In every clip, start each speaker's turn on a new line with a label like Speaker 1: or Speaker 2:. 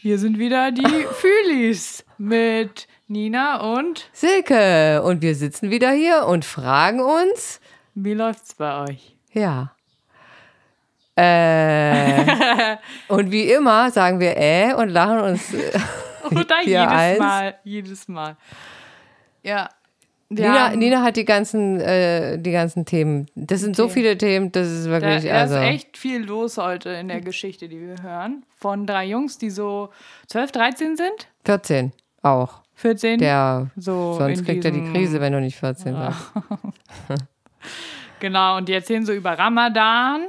Speaker 1: Hier sind wieder die Fühlis mit Nina und
Speaker 2: Silke. Und wir sitzen wieder hier und fragen uns,
Speaker 1: wie läuft's bei euch?
Speaker 2: ja. Äh, und wie immer sagen wir äh und lachen uns.
Speaker 1: Oder
Speaker 2: Ja,
Speaker 1: jedes
Speaker 2: eins.
Speaker 1: Mal, jedes Mal. Ja.
Speaker 2: Nina,
Speaker 1: Ja,
Speaker 2: Nina hat die ganzen, äh, die ganzen Themen. Das sind so viele Themen, das ist
Speaker 1: Da,
Speaker 2: wirklich.
Speaker 1: da
Speaker 2: also,
Speaker 1: ist echt viel los heute in der Geschichte, die wir hören. Von drei Jungs, die so 12, 13 sind,
Speaker 2: 14 auch.
Speaker 1: 14.
Speaker 2: Der,
Speaker 1: Mhm. so
Speaker 2: sonst
Speaker 1: in
Speaker 2: kriegt er die
Speaker 1: diesem-
Speaker 2: Krise, wenn du nicht 14 bist.
Speaker 1: Genau, und die erzählen so über Ramadan,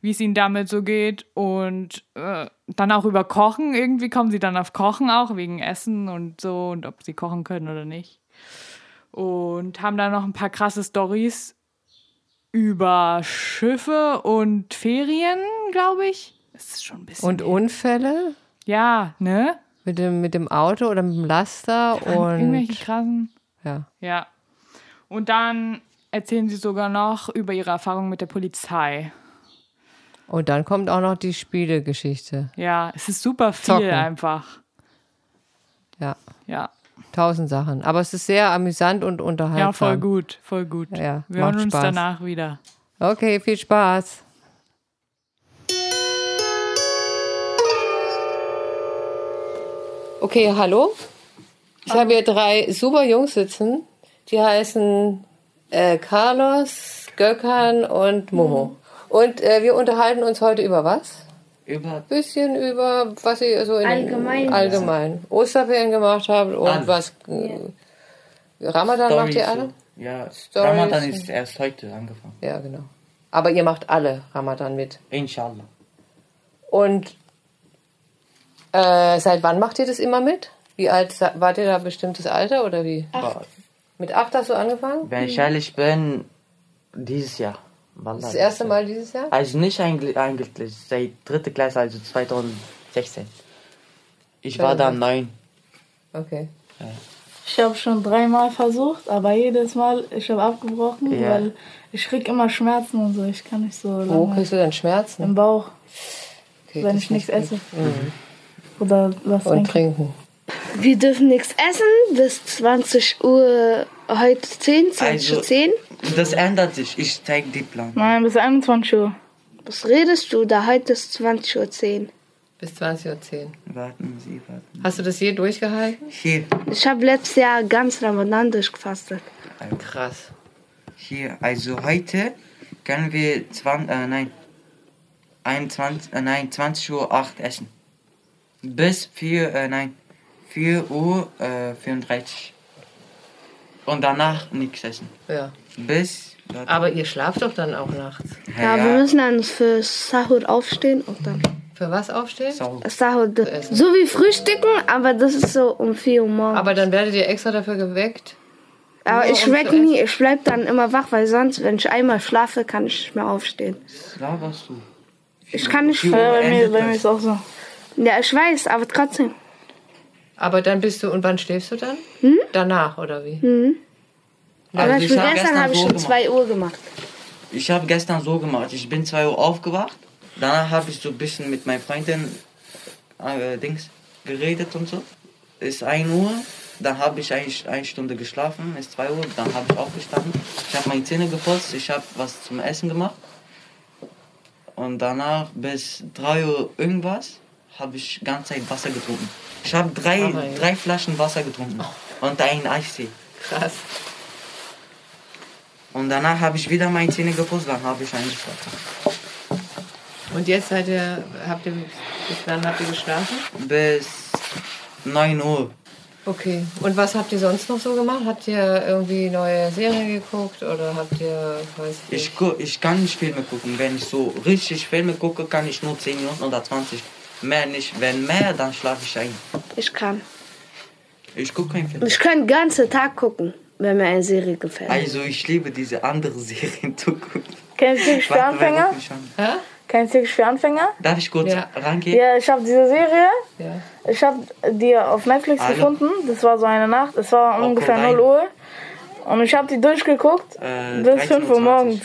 Speaker 1: wie es ihnen damit so geht und äh, dann auch über Kochen. Irgendwie kommen sie dann auf Kochen auch, wegen Essen und so und ob sie kochen können oder nicht. Und haben dann noch ein paar krasse Stories über Schiffe und Ferien, glaube ich. Das ist schon ein bisschen.
Speaker 2: Und Unfälle
Speaker 1: ja, ne?
Speaker 2: mit dem, mit dem Auto oder mit dem Laster und.
Speaker 1: Irgendwelche krassen.
Speaker 2: Ja.
Speaker 1: Ja. Und dann erzählen sie sogar noch über ihre Erfahrungen mit der Polizei.
Speaker 2: Und dann kommt auch noch die Spielegeschichte.
Speaker 1: Ja, es ist super viel
Speaker 2: Zocken.
Speaker 1: einfach.
Speaker 2: Ja,
Speaker 1: Ja.
Speaker 2: tausend Sachen. Aber es ist sehr amüsant und unterhaltsam.
Speaker 1: ja, voll gut, voll gut.
Speaker 2: Halt Ja,
Speaker 1: Wir
Speaker 2: macht
Speaker 1: hören uns
Speaker 2: Spaß.
Speaker 1: danach wieder.
Speaker 2: Okay, viel Spaß. Okay, hallo. Ich habe hier drei super Jungs sitzen. Die heißen äh, Carlos, Gökhan und
Speaker 1: Mhm.
Speaker 2: Momo. Und äh, wir unterhalten uns heute über was?
Speaker 3: über
Speaker 2: Bisschen über, was ihr so in
Speaker 4: Allgemein.
Speaker 2: allgemein Osterferien gemacht habt und
Speaker 3: Alles.
Speaker 2: was äh, Ramadan macht ihr
Speaker 3: Stories.
Speaker 2: alle?
Speaker 3: Ja,
Speaker 2: Stories.
Speaker 3: Ramadan ist erst heute angefangen.
Speaker 2: Ja, genau. Aber ihr macht alle Ramadan mit.
Speaker 3: Inshallah.
Speaker 2: Und äh, seit wann macht ihr das immer mit? Wie alt se- wart ihr da bestimmtes Alter oder wie?
Speaker 3: Aber
Speaker 2: Mit acht hast du angefangen?
Speaker 3: Wenn ich ehrlich bin, dieses Jahr. Wallah,
Speaker 2: Das erste Mal dieses Jahr?
Speaker 3: Also nicht eigentlich, eigentlich seit dritte Klasse, also 2016. Ich war da neun.
Speaker 2: Okay.
Speaker 4: Ich habe schon dreimal versucht, aber jedes Mal, ich habe abgebrochen,
Speaker 3: Ja.
Speaker 4: weil ich krieg immer Schmerzen und so. Ich kann nicht so
Speaker 2: Wo
Speaker 4: lange.
Speaker 2: kriegst du dann Schmerzen?
Speaker 4: Im Bauch,
Speaker 2: Okay,
Speaker 4: wenn
Speaker 2: das
Speaker 4: ich nichts
Speaker 2: ist
Speaker 4: esse. Oder was
Speaker 2: gut. Und
Speaker 4: trinke.
Speaker 2: trinken.
Speaker 5: Wir dürfen nichts essen bis 20 Uhr heute 10, 20 Uhr
Speaker 3: Also-
Speaker 5: 10.
Speaker 3: Das ändert sich. Ich zeig die Plan.
Speaker 4: Nein, bis 21 Uhr.
Speaker 5: Was redest du da? Heute ist 20 Uhr 10.
Speaker 2: Bis 20.10 Uhr.
Speaker 3: Warten Sie, warten.
Speaker 2: Hast du das je durchgehalten?
Speaker 3: Hier,
Speaker 5: Ich habe letztes Jahr ganz Ramadan durchgefastet.
Speaker 2: Krass.
Speaker 3: hier. Also heute können wir 20, äh, nein, 21, äh, nein, 20 Uhr 8 essen. Bis 4, äh, nein, 4 Uhr äh, 34. Und danach nichts essen.
Speaker 2: Ja.
Speaker 3: Bis,
Speaker 2: Aber ihr schlaft doch dann auch nachts.
Speaker 5: Ah. Ja, wir müssen dann für Sahur aufstehen und dann
Speaker 2: Für was aufstehen?
Speaker 3: so.
Speaker 5: Sahur. So wie frühstücken, aber das ist so um 4 Uhr morgens.
Speaker 2: Aber dann werdet ihr extra dafür geweckt.
Speaker 5: aber
Speaker 2: nur
Speaker 5: ich
Speaker 2: um zu
Speaker 5: wecke nie, ich bleib dann immer wach, weil sonst, wenn ich einmal schlafe, kann ich nicht mehr aufstehen.
Speaker 3: Laberst du?
Speaker 5: Ich kann nicht.
Speaker 4: Ja, bei mir,
Speaker 3: Endet
Speaker 4: bei mir
Speaker 3: das.
Speaker 4: ist auch so.
Speaker 5: Ja, ich weiß, aber trotzdem.
Speaker 2: Aber dann bist du, und wann schläfst du dann?
Speaker 4: Hm?
Speaker 2: Danach, oder wie?
Speaker 5: Aber
Speaker 3: Also ich
Speaker 5: schon
Speaker 3: hab
Speaker 5: Also gestern habe ich
Speaker 3: so
Speaker 5: schon
Speaker 3: gemacht.
Speaker 5: 2 Uhr gemacht.
Speaker 3: Ich habe gestern so gemacht. Ich bin 2 Uhr aufgewacht. Danach habe ich so ein bisschen mit meinen Freunden äh, Dings geredet und so. Ist 1 Uhr. Dann habe ich ein, eine Stunde geschlafen. Ist 2 Uhr. Dann habe ich aufgestanden. Ich habe meine Zähne geputzt. Ich habe was zum Essen gemacht. Und danach bis 3 Uhr irgendwas habe ich die ganze Zeit Wasser getrunken. Ich habe drei,
Speaker 2: Aber ja.
Speaker 3: drei Flaschen Wasser getrunken. Und einen Eistee.
Speaker 2: Krass.
Speaker 3: Und danach habe ich wieder meine Zähne geputzt. Dann habe ich eingeschlafen.
Speaker 2: Und jetzt seid ihr, habt ihr, bis wann habt ihr geschlafen?
Speaker 3: bis 9 Uhr.
Speaker 2: Okay, und was habt ihr sonst noch so gemacht? Habt ihr irgendwie neue Serien geguckt oder habt ihr, weiß ich nicht.
Speaker 3: Ich, gu- ich kann nicht Filme gucken. Wenn ich so richtig Filme gucke, kann ich nur 10 Minuten oder 20. Mehr nicht. Wenn mehr, dann schlafe ich ein.
Speaker 5: Ich kann.
Speaker 3: Ich gucke keinen Film.
Speaker 5: Ich kann den ganzen Tag gucken, wenn mir eine Serie gefällt.
Speaker 3: Also ich liebe diese andere Serien zu gucken.
Speaker 4: Kennst du dich für
Speaker 3: Warte, wer ruft
Speaker 4: Anfänger?
Speaker 3: mich an?
Speaker 2: Hä?
Speaker 4: Kennst du dich für Anfänger?
Speaker 3: Darf ich kurz
Speaker 2: Ja.
Speaker 3: rangehen?
Speaker 4: Ja, ich habe diese Serie.
Speaker 2: Ja.
Speaker 4: Ich habe die auf Netflix
Speaker 3: Hallo?
Speaker 4: gefunden. Das war so eine Nacht. Es war
Speaker 3: Oh,
Speaker 4: ungefähr
Speaker 3: nein.
Speaker 4: 0 Uhr. Und ich habe die durchgeguckt
Speaker 3: Äh,
Speaker 4: bis 5 Uhr
Speaker 3: 13:20.
Speaker 4: morgens.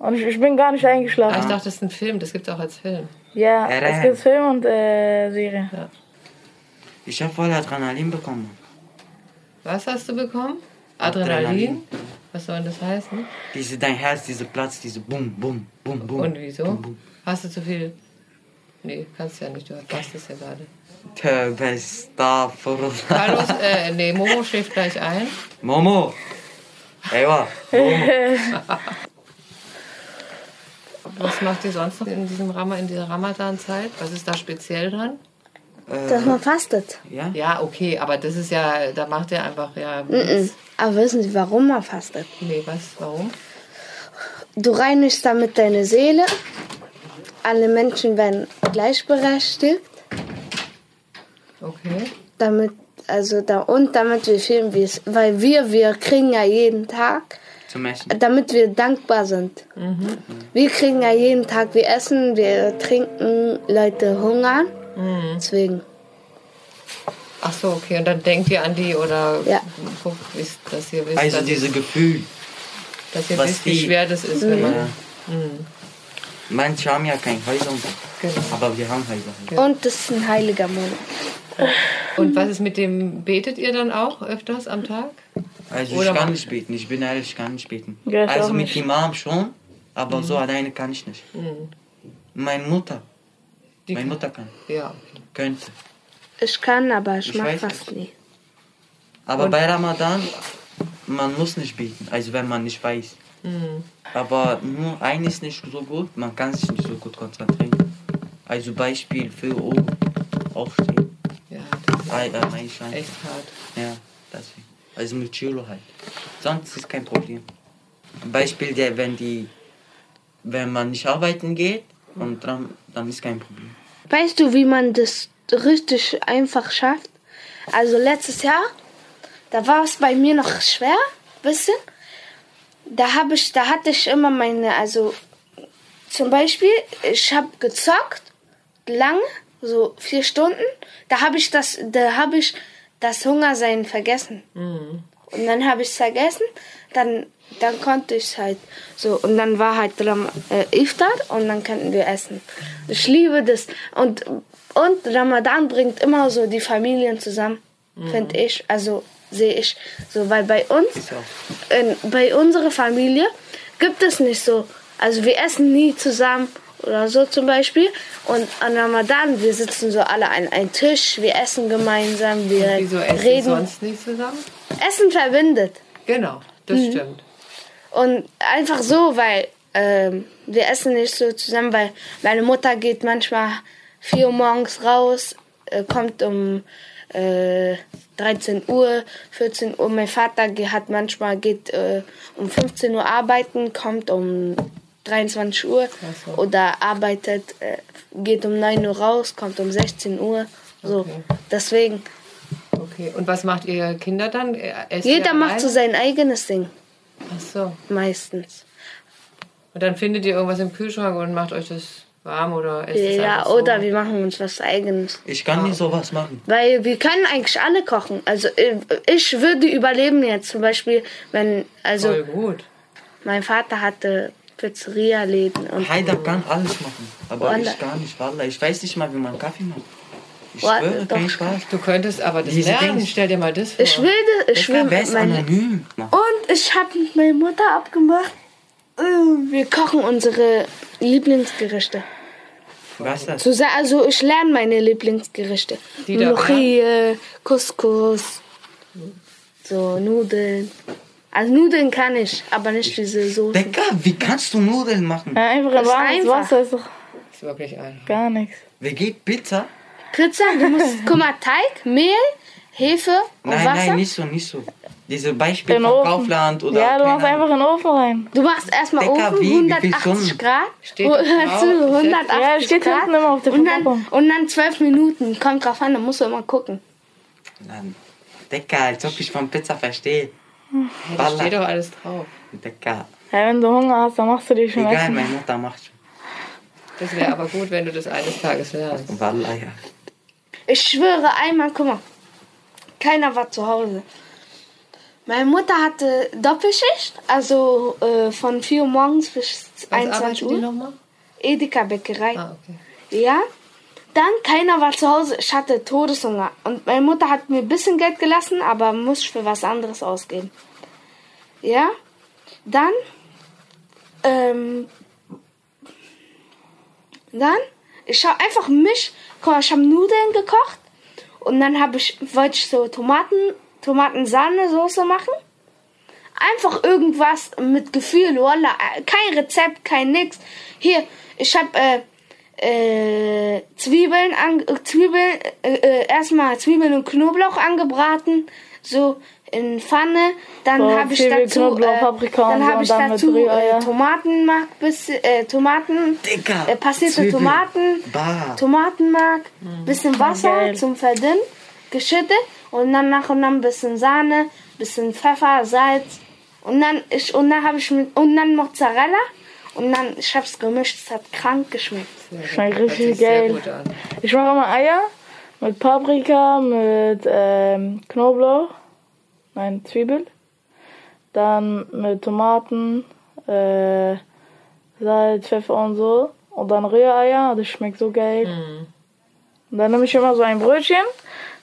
Speaker 4: Und ich, ich bin gar nicht eingeschlafen.
Speaker 2: Ah, ich dachte, das ist ein Film, das gibt es auch als Film.
Speaker 4: Ja,
Speaker 3: Ja,
Speaker 4: es
Speaker 3: dann.
Speaker 4: gibt Film und äh, Serie.
Speaker 3: Ich habe voll Adrenalin bekommen.
Speaker 2: Was hast du bekommen? Adrenalin? Was soll das heißen?
Speaker 3: Diese, dein Herz, dieser Platz, diese Bum, Bum, Bum, Bum.
Speaker 2: Und wieso? Hast du zu viel? Nee, kannst ja nicht, du hast es ja gerade.
Speaker 3: Töbe, Staffeln.
Speaker 2: Carlos, äh, nee, Momo schläft gleich ein.
Speaker 3: Momo! Ewa! Momo!
Speaker 2: Was macht ihr sonst noch in diesem Rama, in dieser Ramadan-Zeit? Was ist da speziell dran?
Speaker 5: Dass man fastet.
Speaker 3: Ja?
Speaker 2: Ja, okay, aber das ist ja, da macht ihr einfach ja.
Speaker 5: Mhm. Aber wissen Sie, warum man fastet?
Speaker 2: Nee, was, warum?
Speaker 5: Du reinigst damit deine Seele. Alle Menschen werden gleichberechtigt.
Speaker 2: Okay.
Speaker 5: Damit, also da, und damit wir viel, wie es, weil wir, wir kriegen ja jeden Tag,
Speaker 3: Zum Essen.
Speaker 5: damit wir dankbar sind. Wir kriegen ja jeden Tag, wir essen, wir trinken, Leute hungern. Deswegen,
Speaker 2: Ach so, okay, und dann denkt ihr an die oder
Speaker 5: Ja.
Speaker 2: guckt, wisst, dass ihr wisst,
Speaker 3: Also
Speaker 2: dass,
Speaker 3: dieses Gefühl.
Speaker 2: dass ihr
Speaker 3: was
Speaker 2: wisst, wie
Speaker 3: die-
Speaker 2: schwer das
Speaker 5: Mhm.
Speaker 2: ist, genau. wenn man.
Speaker 3: Ja. Manche haben ja kein Häuser, und so.
Speaker 2: Genau.
Speaker 3: aber wir haben Häuser.
Speaker 5: und das ist ein heiliger Monat.
Speaker 2: Und was ist mit dem, betet ihr dann auch öfters am Tag?
Speaker 3: Also
Speaker 2: Oder
Speaker 3: ich kann
Speaker 2: man-
Speaker 3: nicht beten, ich bin ehrlich, ich kann nicht beten.
Speaker 4: Ja, ich
Speaker 3: also
Speaker 4: auch
Speaker 3: mit
Speaker 4: nicht.
Speaker 3: Imam schon, aber
Speaker 2: Mhm.
Speaker 3: so alleine kann ich nicht. Meine Mutter,
Speaker 2: Die-
Speaker 3: meine Mutter kann,
Speaker 2: Ja.
Speaker 3: könnte.
Speaker 5: Ich kann, aber ich,
Speaker 3: Ich
Speaker 5: mag
Speaker 3: weiß
Speaker 5: fast
Speaker 3: es.
Speaker 5: nie.
Speaker 3: Aber bei Ramadan, man muss nicht beten, also wenn man nicht weiß.
Speaker 2: Mhm.
Speaker 3: Aber nur eines ist nicht so gut, man kann sich nicht so gut konzentrieren. Also Beispiel für Uhr, aufstehen,
Speaker 2: Ja, das ist
Speaker 3: ei- äh, einschlafen.
Speaker 2: echt hart.
Speaker 3: Ja, deswegen. Also mit Cello halt. Sonst ist kein Problem. Beispiel der, wenn die, wenn man nicht arbeiten geht und dran, dann ist kein Problem.
Speaker 5: Weißt du, wie man das richtig einfach schafft? Also letztes Jahr, da war es bei mir noch schwer, bisschen. Da habe ich, da hatte ich immer meine, also zum Beispiel, ich habe gezockt lange, so vier Stunden. Da habe ich das, da habe ich das Hungersein vergessen. Und dann habe ich es vergessen. Dann, dann konnte ich es halt so. Und dann war halt Ram äh, Iftar und dann konnten wir essen. Ich liebe das. Und, und Ramadan bringt immer so die Familien zusammen,
Speaker 2: Mhm.
Speaker 5: finde ich. Also sehe ich so, weil bei uns,
Speaker 3: Ist auch.
Speaker 5: in, bei unserer Familie gibt es nicht so. Also wir essen nie zusammen oder so zum Beispiel. Und an Ramadan, wir sitzen so alle an einem Tisch, wir essen gemeinsam, wir
Speaker 2: Wieso essen
Speaker 5: reden.
Speaker 2: sonst nicht zusammen?
Speaker 5: Essen verbindet.
Speaker 2: Genau, das
Speaker 5: Mhm.
Speaker 2: stimmt.
Speaker 5: Und einfach so, weil ähm, wir essen nicht so zusammen, weil meine Mutter geht manchmal 4 Uhr morgens raus, äh, kommt um äh, 13 Uhr, 14 Uhr. Mein Vater ge- hat manchmal geht äh, um 15 Uhr arbeiten, kommt um 23 Uhr
Speaker 2: Ach so.
Speaker 5: oder arbeitet, äh, geht um 9 Uhr raus, kommt um 16 Uhr. So,
Speaker 2: Okay.
Speaker 5: deswegen.
Speaker 2: Okay. Und was macht ihr Kinder dann? Äh, esst ihr
Speaker 5: Jeder macht so
Speaker 2: alleine?
Speaker 5: sein eigenes Ding,
Speaker 2: Ach so.
Speaker 5: meistens.
Speaker 2: Und dann findet ihr irgendwas im Kühlschrank und macht euch das warm oder esst es
Speaker 5: Ja,
Speaker 2: einfach so.
Speaker 5: oder wir machen uns was eigenes.
Speaker 3: Ich kann nicht sowas machen.
Speaker 5: Weil wir können eigentlich alle kochen. Also äh, ich würde überleben jetzt zum Beispiel, wenn, also
Speaker 2: Voll gut.
Speaker 5: mein Vater hatte Pizzeria-Läden und
Speaker 3: Haider kann alles machen, aber
Speaker 5: Wallah.
Speaker 3: ich kann nicht, Wallah. Ich weiß nicht mal, wie man Kaffee macht. Ich
Speaker 5: Wallah,
Speaker 3: schwöre,
Speaker 5: doch.
Speaker 3: kein Spaß.
Speaker 2: Du könntest aber das
Speaker 3: Diese
Speaker 2: lernen.
Speaker 3: Dings.
Speaker 2: Stell dir mal das ne? vor.
Speaker 5: ich würde, ich
Speaker 3: Ich will
Speaker 5: will
Speaker 3: besser
Speaker 5: mein,
Speaker 3: anonym. machen.
Speaker 5: und ich habe mit meiner Mutter abgemacht. äh, Wir kochen unsere Lieblingsgerichte.
Speaker 4: Oh.
Speaker 3: Was ist das?
Speaker 5: So sa- Also ich lerne meine Lieblingsgerichte.
Speaker 2: Die da-
Speaker 5: Mlochie, Couscous, so Nudeln. Also Nudeln kann ich, aber nicht diese Soße.
Speaker 3: Digga, wie kannst du Nudeln machen?
Speaker 4: Ja, einfach
Speaker 5: ist
Speaker 4: warmes
Speaker 5: einfach.
Speaker 4: Wasser ist doch
Speaker 2: Ist wirklich ein.
Speaker 4: gar nichts.
Speaker 3: Wie geht Pizza?
Speaker 5: Pizza, du musst, guck mal, Teig, Mehl, Hefe und
Speaker 3: Nein,
Speaker 5: Wasser.
Speaker 3: nein, nicht so, nicht so. Diese Beispiel
Speaker 4: In den
Speaker 3: von
Speaker 4: Ofen.
Speaker 3: Kaufland oder.
Speaker 4: ja, du
Speaker 3: keine
Speaker 4: machst
Speaker 3: Ahnung.
Speaker 4: einfach in den Ofen rein.
Speaker 5: Du machst erstmal
Speaker 3: Digga,
Speaker 5: Ofen,
Speaker 3: wie? Wie viel
Speaker 5: 180
Speaker 3: Stunden?
Speaker 5: Grad.
Speaker 2: Steht
Speaker 5: Oh,
Speaker 2: die
Speaker 5: hör
Speaker 2: Frau-
Speaker 5: zu,
Speaker 2: steht-
Speaker 5: 180
Speaker 4: Ja, steht
Speaker 5: Grad.
Speaker 4: hinten immer auf der
Speaker 5: und, dann,
Speaker 4: Verpackung.
Speaker 5: und dann 12 Minuten, kommt drauf an, da musst du immer gucken.
Speaker 3: Nein. Digga, als ob ich von Pizza verstehe.
Speaker 5: Hm.
Speaker 2: Hey, da
Speaker 3: Balla.
Speaker 2: steht doch alles drauf.
Speaker 3: Digga.
Speaker 4: Ja, wenn du Hunger hast, dann machst du dir schon
Speaker 3: Egal,
Speaker 4: Essen.
Speaker 3: meine Mutter macht schon.
Speaker 2: Das wäre aber gut, wenn du das eines Tages lernst.
Speaker 3: Wallah, ja.
Speaker 5: Ich schwöre einmal, guck mal, keiner war zu Hause. Meine Mutter hatte Doppelschicht, also äh, von 4 Uhr morgens bis
Speaker 2: Was arbeitet
Speaker 5: 21
Speaker 2: die
Speaker 5: Uhr.
Speaker 2: nochmal?
Speaker 5: Edeka Bäckerei.
Speaker 2: Ah, okay.
Speaker 5: Ja? Dann keiner war zu Hause. Ich hatte Todeshunger. Und meine Mutter hat mir ein bisschen Geld gelassen, aber muss ich für was anderes ausgeben. Ja? Dann. Ähm, dann. Ich habe einfach mich. Guck mal, ich habe Nudeln gekocht. Und dann habe ich, wollte ich so Tomaten, Tomatensahnesoße machen. Einfach irgendwas mit Gefühl, Walla. Kein Rezept, kein nix. Hier, ich habe äh, äh, Zwiebeln, an, äh, Zwiebeln äh, äh, erstmal Zwiebeln und Knoblauch angebraten, so in Pfanne. Dann
Speaker 4: So,
Speaker 5: habe ich
Speaker 4: Zwiebel,
Speaker 5: dazu,
Speaker 4: Knoblauch,
Speaker 5: äh,
Speaker 4: Paprika und
Speaker 5: dann
Speaker 4: so
Speaker 5: habe
Speaker 4: und
Speaker 5: ich
Speaker 4: dann mit
Speaker 5: dazu
Speaker 4: Rührei.
Speaker 5: äh, Tomatenmark, bisschen, äh, Tomaten,
Speaker 3: Digga,
Speaker 5: äh, passierte
Speaker 3: Zwiebeln.
Speaker 5: Tomaten,
Speaker 3: Bah.
Speaker 5: Tomatenmark, bisschen Wasser
Speaker 4: Geil.
Speaker 5: zum Verdünnen, geschüttet und dann nach und nach ein bisschen Sahne, bisschen Pfeffer, Salz und dann ich und dann habe ich mit und dann Mozzarella und dann ich hab's gemischt, es hat krank geschmeckt.
Speaker 4: Schmeckt
Speaker 2: Hört sich
Speaker 4: richtig
Speaker 2: sehr
Speaker 4: geil.
Speaker 2: gut an.
Speaker 4: Ich mache immer Eier mit Paprika, mit ähm, Knoblauch, nein, Zwiebel, dann mit Tomaten, äh, Salz, Pfeffer und so. Und dann Rühreier, das schmeckt so geil.
Speaker 5: Mhm.
Speaker 4: Und dann nehme ich immer so ein Brötchen,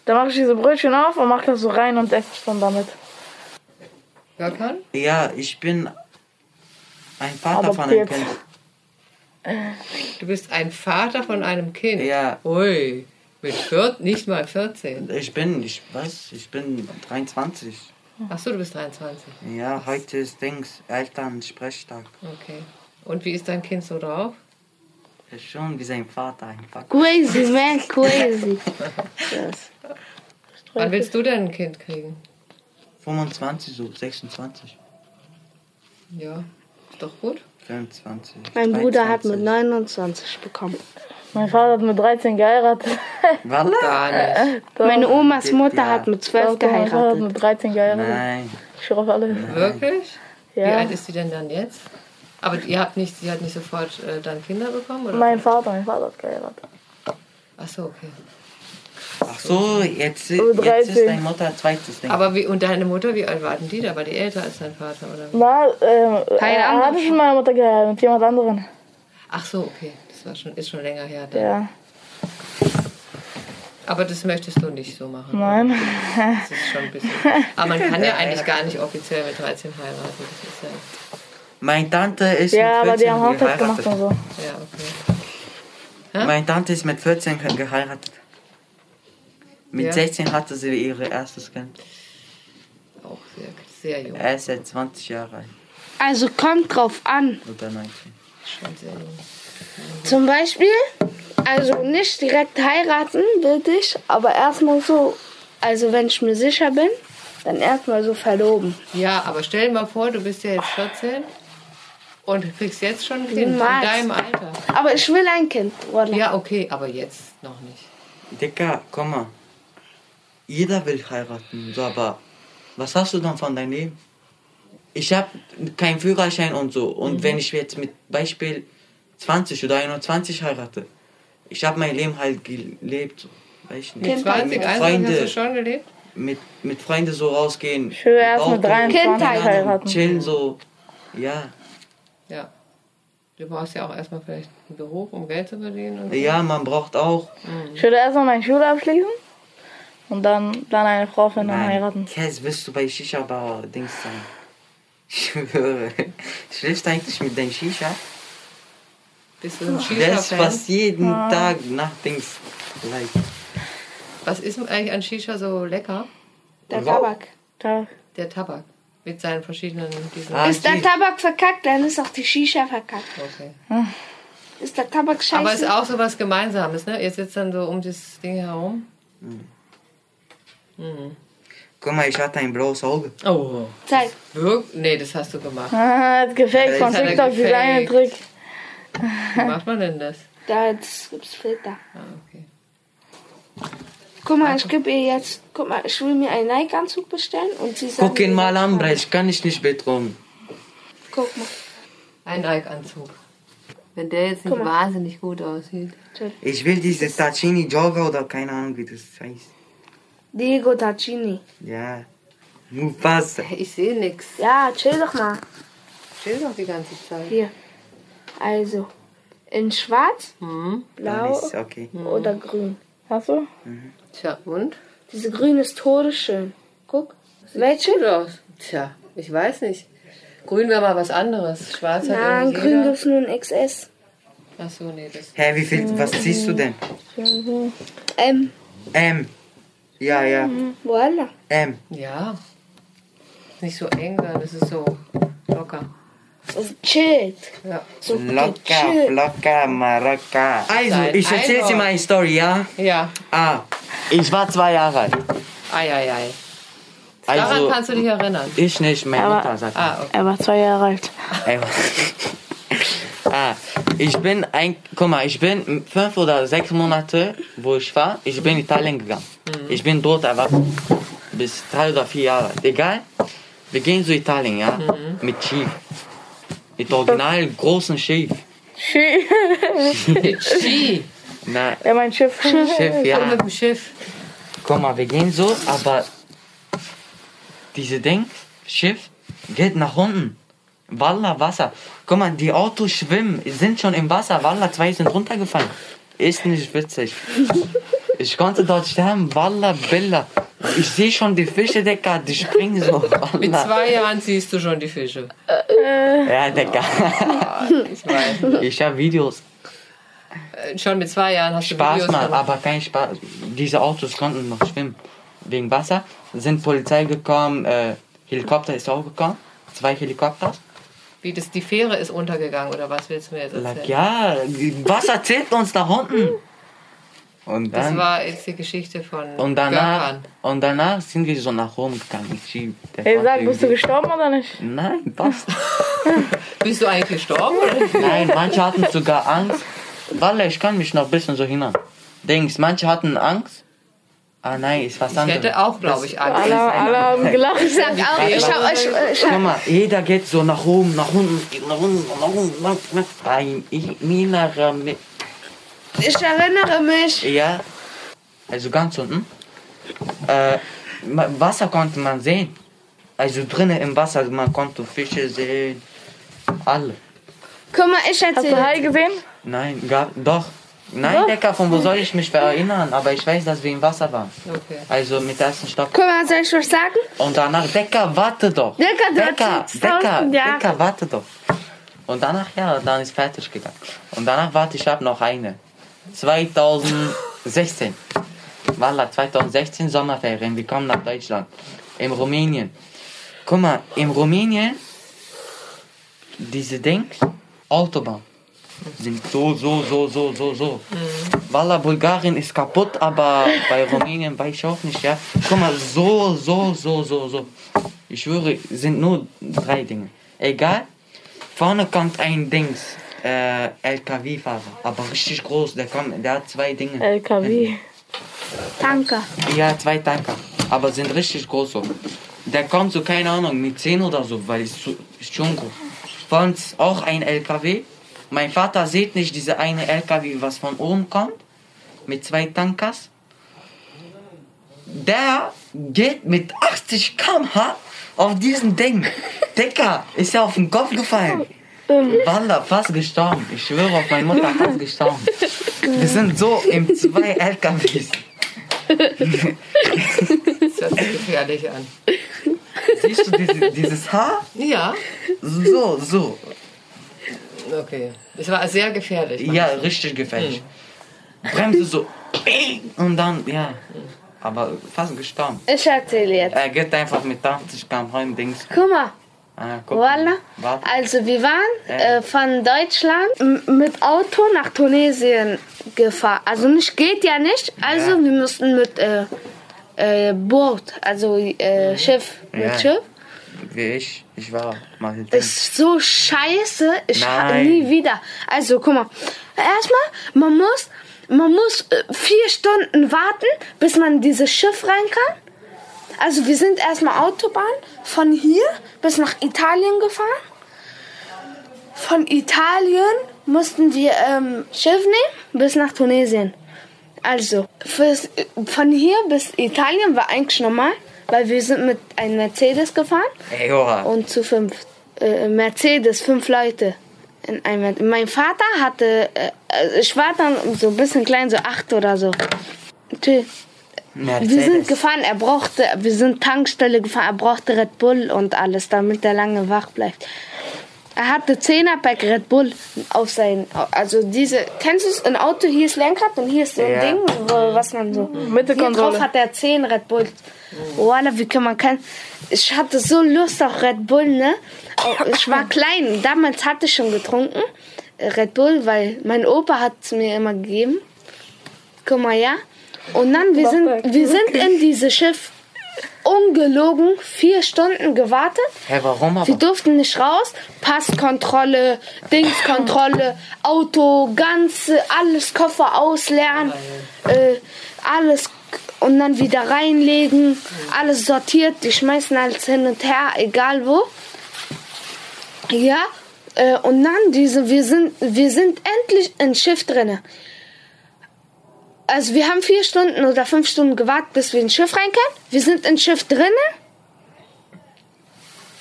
Speaker 4: dann mache ich diese Brötchen auf und mache das so rein und esse es dann damit.
Speaker 2: Gökhan?
Speaker 3: Ja, ich bin ein Vater
Speaker 4: Aber
Speaker 3: von einem
Speaker 4: jetzt-
Speaker 3: Kind.
Speaker 2: Du bist ein Vater von einem Kind.
Speaker 3: Ja.
Speaker 2: Ui, mit vier, nicht mal 14.
Speaker 3: Ich bin, ich weiß, ich bin 23.
Speaker 2: Achso, du bist 23.
Speaker 3: Ja, heute ist Dings, Elternsprechtag.
Speaker 2: Okay. Und wie ist dein Kind so drauf?
Speaker 3: Ist Schon wie sein Vater einfach.
Speaker 5: Crazy, man, crazy. yes.
Speaker 2: Wann willst du denn ein Kind kriegen?
Speaker 3: 25, so 26,
Speaker 2: Ja, ist doch gut.
Speaker 3: 24.
Speaker 5: Mein Bruder hat mit
Speaker 3: 9.
Speaker 5: 29 bekommen.
Speaker 4: Mein Vater hat mit 13 geheiratet.
Speaker 2: Gar nicht.
Speaker 5: Meine Omas
Speaker 3: Geht
Speaker 5: Mutter
Speaker 3: ja.
Speaker 5: hat mit
Speaker 4: Doch,
Speaker 5: 12
Speaker 4: doch, Mein Vater hat
Speaker 5: geheiratet.
Speaker 4: mit 13 geheiratet.
Speaker 3: Nein.
Speaker 4: Ich hoffe alle.
Speaker 2: Wirklich? Wie
Speaker 4: Ja.
Speaker 2: alt ist sie denn dann jetzt? Aber ihr habt nicht, sie hat nicht sofort äh, dann Kinder bekommen? Oder?
Speaker 4: Mein Vater, mein Vater hat geheiratet.
Speaker 2: Achso, okay.
Speaker 3: Ach so, jetzt,
Speaker 4: Oh,
Speaker 3: jetzt ist
Speaker 4: 13.
Speaker 3: deine Mutter zweites Ding.
Speaker 2: Aber wie, und deine Mutter, wie alt war denn die da? War die älter als dein Vater? Oder? wie?
Speaker 4: Na, ähm,
Speaker 5: Keine
Speaker 4: äh,
Speaker 5: andere
Speaker 4: hatte schon meine Mutter geheiratet mit jemand anderen.
Speaker 2: Ach so, okay. Das war schon, ist schon länger her. Dann.
Speaker 4: Ja,
Speaker 2: Aber das möchtest du nicht so machen.
Speaker 4: nein.
Speaker 2: Das ist schon ein bisschen. Aber man kann ja eigentlich gar nicht offiziell mit 13 heiraten. Das ist ja.
Speaker 3: Meine Tante ist
Speaker 4: Ja, aber
Speaker 3: mit 14
Speaker 4: die haben Hochzeit
Speaker 3: geheiratet.
Speaker 4: gemacht und so.
Speaker 2: Ja, okay.
Speaker 3: Meine Tante ist mit 14 ge- geheiratet. Mit
Speaker 2: Ja.
Speaker 3: 16 hatte sie ihr erstes Kind.
Speaker 2: Auch sehr, sehr jung.
Speaker 3: Er ist jetzt 20 Jahre alt
Speaker 5: Also kommt drauf an.
Speaker 3: oder 19.
Speaker 2: Schon sehr jung.
Speaker 5: Zum Beispiel, also nicht direkt heiraten, bitte ich, aber erstmal so, also wenn ich mir sicher bin, dann erstmal so verloben.
Speaker 2: Ja, aber stell dir mal vor, du bist ja jetzt 14 und kriegst jetzt schon ein Kind in
Speaker 5: Niemals.
Speaker 2: deinem Alter.
Speaker 5: Aber ich will ein Kind, Walla.
Speaker 2: Ja, okay, aber jetzt noch nicht.
Speaker 3: Dicker, komm mal. Jeder will heiraten, so, aber was hast du dann von deinem Leben? Ich habe keinen Führerschein und so. Und wenn ich jetzt mit Beispiel 20 oder 21 heirate, ich habe mein Leben halt gelebt. So. Weiß ich nicht.
Speaker 2: Mit 20, 21
Speaker 3: mit
Speaker 2: hast du
Speaker 3: Freunde,
Speaker 2: also schon gelebt?
Speaker 3: mit, mit Freunde so rausgehen.
Speaker 4: Ich will erst mit
Speaker 3: Auto,
Speaker 4: 23
Speaker 5: Kindheit.
Speaker 4: heiraten.
Speaker 3: Chillen so. Ja.
Speaker 2: Ja. Du brauchst ja auch erstmal vielleicht einen Beruf, um Geld zu verdienen. Und so.
Speaker 3: Ja, man braucht auch.
Speaker 4: Ich würde erstmal meine Schule abschließen und dann, dann eine Frau finden und heiraten.
Speaker 3: Kes, wirst du bei Shisha Bar Dings sein. Ich schwöre. Schläfst du eigentlich mit deinem Shisha?
Speaker 2: Bist du ein
Speaker 3: Das
Speaker 2: Shisha-Fan?
Speaker 3: was jeden Tag nach Dings. Like.
Speaker 2: Was ist eigentlich an Shisha so lecker?
Speaker 5: Der
Speaker 3: Wow.
Speaker 5: Tabak.
Speaker 4: Da
Speaker 2: Der Tabak. Mit seinen verschiedenen. Diesen
Speaker 3: Ah,
Speaker 5: Ist der
Speaker 3: shit.
Speaker 5: Tabak verkackt, dann ist auch die Shisha verkackt.
Speaker 2: okay.
Speaker 5: Ist der Tabak scheiße?
Speaker 2: Aber es ist auch so was Gemeinsames, ne? Ihr sitzt dann so um das Ding herum.
Speaker 3: Guck mal, ich hatte ein blaues Auge.
Speaker 2: Oh.
Speaker 5: Zeig.
Speaker 2: Wirk nee, das hast du gemacht.
Speaker 4: Ah, hat gefaked von
Speaker 2: Das hat er
Speaker 4: TikTok, dieser eine Trick.
Speaker 2: gefaked. Wie macht man denn das?
Speaker 5: Da das gibt's Filter.
Speaker 2: Ah, okay.
Speaker 5: Guck mal, ich gebe ihr jetzt, guck mal, ich will mir einen Nike-Anzug bestellen und sie sagt.
Speaker 3: Guck ihn mal an, Bre, ich kann dich nicht betrunken.
Speaker 5: Guck mal.
Speaker 2: Ein Nike-Anzug. Wenn der jetzt nicht wahnsinnig gut aussieht.
Speaker 3: Ich will diese Tacini Jogger oder keine Ahnung wie das heißt.
Speaker 5: Diego Tacchini.
Speaker 3: Ja. Mufasa.
Speaker 2: Ich sehe nichts.
Speaker 5: Ja, chill doch mal.
Speaker 2: Chill doch die ganze Zeit.
Speaker 5: Hier. Also, in schwarz,
Speaker 3: Mhm. Dann
Speaker 5: blau
Speaker 3: ist okay.
Speaker 5: oder grün.
Speaker 4: Hast du?
Speaker 2: Tja, und?
Speaker 5: Diese grüne ist todesschön. Guck. Welche?
Speaker 2: Gut aus. Tja, ich weiß nicht. Grün wäre mal was anderes. Schwarz hat
Speaker 5: Nein,
Speaker 2: irgendwie
Speaker 5: grün
Speaker 2: jeder.
Speaker 5: gibt's nur in XS.
Speaker 2: Ach so, nee, das.
Speaker 3: Hä, wie viel, was ziehst du denn?
Speaker 5: M.
Speaker 3: M. Ja, ja,
Speaker 5: Ähm, Mhm. Voila.
Speaker 3: M.
Speaker 2: Ja. Ist Nicht so eng dann, das ist so locker.
Speaker 5: So Chillt.
Speaker 2: Ja.
Speaker 5: So
Speaker 3: Locker,
Speaker 5: gechillt.
Speaker 3: flocker, Marokka. Also,
Speaker 2: Sein
Speaker 3: ich erzähle dir
Speaker 2: Einwort.
Speaker 3: meine Story, ja?
Speaker 2: Ja,
Speaker 3: Ah, ich war zwei Jahre alt.
Speaker 2: ei, ei, ei. Daran
Speaker 3: Also,
Speaker 2: kannst du dich erinnern.
Speaker 3: ich nicht, meine
Speaker 4: Aber-
Speaker 3: Mutter sagt.
Speaker 2: Ah, okay.
Speaker 4: Er war zwei Jahre alt.
Speaker 3: Ey, ah, ich bin ein, guck mal, ich bin fünf oder sechs Monate, wo ich war, ich bin in Italien gegangen. Ich bin dort erwachsen. Bis drei oder vier Jahre. Egal. Wir gehen zu Italien, ja? Mit Schiff. Mit original großen Schiff.
Speaker 4: Schiff.
Speaker 2: Mit Ski.
Speaker 3: Na,
Speaker 4: Er meint Schiff. Schiff.
Speaker 3: Schiff,
Speaker 2: Ja.
Speaker 3: ja.
Speaker 2: Mit dem Schiff.
Speaker 3: Guck mal, wir gehen so, aber diese Ding, Schiff, geht nach unten. Walla, Wasser. Guck mal, die Autos schwimmen, sind schon im Wasser. Walla, zwei sind runtergefallen. Ist nicht witzig. Ich konnte dort sterben, Walla, Billa. Ich sehe schon die Fische, Digga, die springen so.
Speaker 2: Mit
Speaker 3: Walla.
Speaker 2: zwei Jahren siehst du schon die Fische.
Speaker 3: Ja, Digga.
Speaker 2: Ich weiß.
Speaker 3: Ich habe Videos.
Speaker 2: Äh, Schon mit zwei Jahren hast du
Speaker 3: Spaß
Speaker 2: Videos
Speaker 3: mal,
Speaker 2: gemacht.
Speaker 3: aber kein Spaß. Diese Autos konnten noch schwimmen. Wegen Wasser sind Polizei gekommen, äh, Helikopter ist auch gekommen. Zwei Helikopter.
Speaker 2: Wie das, die Fähre ist untergegangen oder was willst du mir jetzt
Speaker 3: Like,
Speaker 2: erzählen?
Speaker 3: ja, die- Wasser zählt uns nach unten. Und
Speaker 2: Das
Speaker 3: dann.
Speaker 2: war jetzt die Geschichte von
Speaker 3: Und danach,
Speaker 2: Görkan.
Speaker 3: und danach sind wir so nach Rom gegangen. mit Jeep. Der
Speaker 4: Ey,
Speaker 3: konnte
Speaker 4: sag, bist du
Speaker 3: irgendwie-
Speaker 4: gestorben oder nicht?
Speaker 3: Nein, was?
Speaker 2: Bist du eigentlich gestorben? Oder?
Speaker 3: Nein, manche hatten sogar Angst. Walla, ich kann mich noch ein bisschen so erinnern. Dings, manche hatten Angst. Ah nein, ist was
Speaker 2: Ich
Speaker 3: anderes.
Speaker 2: hätte auch, glaube ich, Angst.
Speaker 4: Alle, alle haben
Speaker 5: Ich
Speaker 4: gelacht.
Speaker 5: sag auch, ich hab euch. äh, Ich
Speaker 3: Guck
Speaker 5: hab,
Speaker 3: mal, jeder geht so nach oben, nach unten, geht nach unten, nach unten, nach unten. Ein innerer Mi-
Speaker 5: ich erinnere mich.
Speaker 3: Ja, also ganz unten. Äh, ma- Wasser konnte man sehen. Also drinnen im Wasser, man konnte Fische sehen. Alle.
Speaker 5: Guck mal, ich
Speaker 4: Hast du
Speaker 5: erzähle.
Speaker 4: Hai gesehen?
Speaker 3: Nein, gab, doch. Nein, Decker, von wo soll ich mich erinnern? Aber ich weiß, dass wir im Wasser waren.
Speaker 2: Okay.
Speaker 3: Also mit der ersten Stock.
Speaker 5: Guck mal, soll ich euch sagen?
Speaker 3: Und danach, Decker, warte doch.
Speaker 5: Decker, du
Speaker 3: Decker,
Speaker 5: hast jetzt
Speaker 3: Decker,
Speaker 5: tausend Jahre.
Speaker 3: Decker, warte doch. Und danach, ja, dann ist fertig gegangen. Und danach, warte, ich habe noch eine. 2016. Walla, 2016 Sommerferien. Wir kommen nach Deutschland. In Rumänien. Guck mal, in Rumänien, diese Ding, Autobahn, sind so, so, so, so, so, so.
Speaker 5: Mhm.
Speaker 3: Walla, Bulgarien ist kaputt, aber bei Rumänien weiß ich auch nicht, ja. Guck mal, so, so, so, so, so. Ich schwöre, sind nur drei Dinge. Egal, vorne kommt ein Dings, äh, LKW-Fahrer, aber richtig groß, der kommt, der hat zwei Dinge.
Speaker 4: LKW.
Speaker 5: Danke.
Speaker 3: Ja, zwei Tanker. Aber sind richtig groß so. Der kommt so, keine Ahnung, mit 10 oder so, weil es so, ist schon groß. Von uns auch ein LKW. Mein Vater sieht nicht diese eine LKW, was von oben kommt. Mit zwei Tankers. Der geht mit 80 km/h auf diesen Ding. Dicker, ist er auf den Kopf gefallen. Walla, fast gestorben. Ich schwöre auf meine Mutter, fast gestorben. Wir sind so im zwei LKWs.
Speaker 2: Das hört sich gefährlich an.
Speaker 3: Siehst du diese, dieses Haar?
Speaker 2: Ja,
Speaker 3: So, so.
Speaker 2: okay. Es war sehr gefährlich.
Speaker 3: Ja, richtig gefährlich. Bremse so. bing, Und dann, ja. Aber fast gestorben.
Speaker 5: Ich erzähle jetzt.
Speaker 3: Er geht einfach mit 80 km/h im Dings.
Speaker 5: Guck mal.
Speaker 3: Ah, guck.
Speaker 5: Voila.
Speaker 3: Warte.
Speaker 5: Also wir waren
Speaker 3: Ja.
Speaker 5: äh, von Deutschland m- mit Auto nach Tunesien gefahren. Also nicht geht ja nicht. Also
Speaker 3: Ja.
Speaker 5: wir mussten mit äh, äh, Boot, also äh, Schiff, mit
Speaker 3: Mhm. Ja.
Speaker 5: Schiff.
Speaker 3: Wie ich. Ich war mal hinten.
Speaker 5: Das ist so scheiße. Ich ha-
Speaker 3: Nein.
Speaker 5: nie wieder. Also guck mal. Erstmal, man muss, man muss äh, vier Stunden warten, bis man dieses Schiff rein kann. Also wir sind erstmal Autobahn von hier bis nach Italien gefahren. Von Italien mussten wir ähm, Schiff nehmen bis nach Tunesien. Also fürs, äh, von hier bis Italien war eigentlich normal, weil wir sind mit einem Mercedes gefahren
Speaker 3: Ey, Jora.
Speaker 5: und zu fünf. Äh, Mercedes, fünf Leute. in einem. Mein Vater hatte, äh, äh, ich war dann so ein bisschen klein, so acht oder so. Tü- Wir sind
Speaker 3: Mercedes.
Speaker 5: gefahren, er brauchte, wir sind Tankstelle gefahren, er brauchte Red Bull und alles, damit er lange wach bleibt. Er hatte 10er Pack Red Bull auf sein, also diese, kennst du es, ein Auto, hier ist Lenkrad und hier ist so ein
Speaker 3: Ja.
Speaker 5: Ding, wo, was man so,
Speaker 4: Mitte
Speaker 5: hier
Speaker 4: Konsole.
Speaker 5: drauf hat er 10 Red Bull. Voila, wie kann man kein, ich hatte so Lust auf Red Bull, ne, ich war klein, damals hatte ich schon getrunken, äh, Red Bull, weil mein Opa hat es mir immer gegeben. Guck mal, ja. Und dann, wir sind, wir sind in dieses Schiff ungelogen vier Stunden gewartet.
Speaker 3: Hä, warum
Speaker 5: Wir
Speaker 3: aber?
Speaker 5: durften nicht raus. Passkontrolle, Dingskontrolle, Auto, ganze, alles Koffer ausleeren, äh, alles k- und dann wieder reinlegen, alles sortiert. Die schmeißen alles hin und her, egal wo. Ja. äh, Und dann diese, wir sind, wir sind endlich im Schiff drinne. Also wir haben vier Stunden oder fünf Stunden gewartet, bis wir ins Schiff reinkamen. Wir sind ins Schiff drinnen.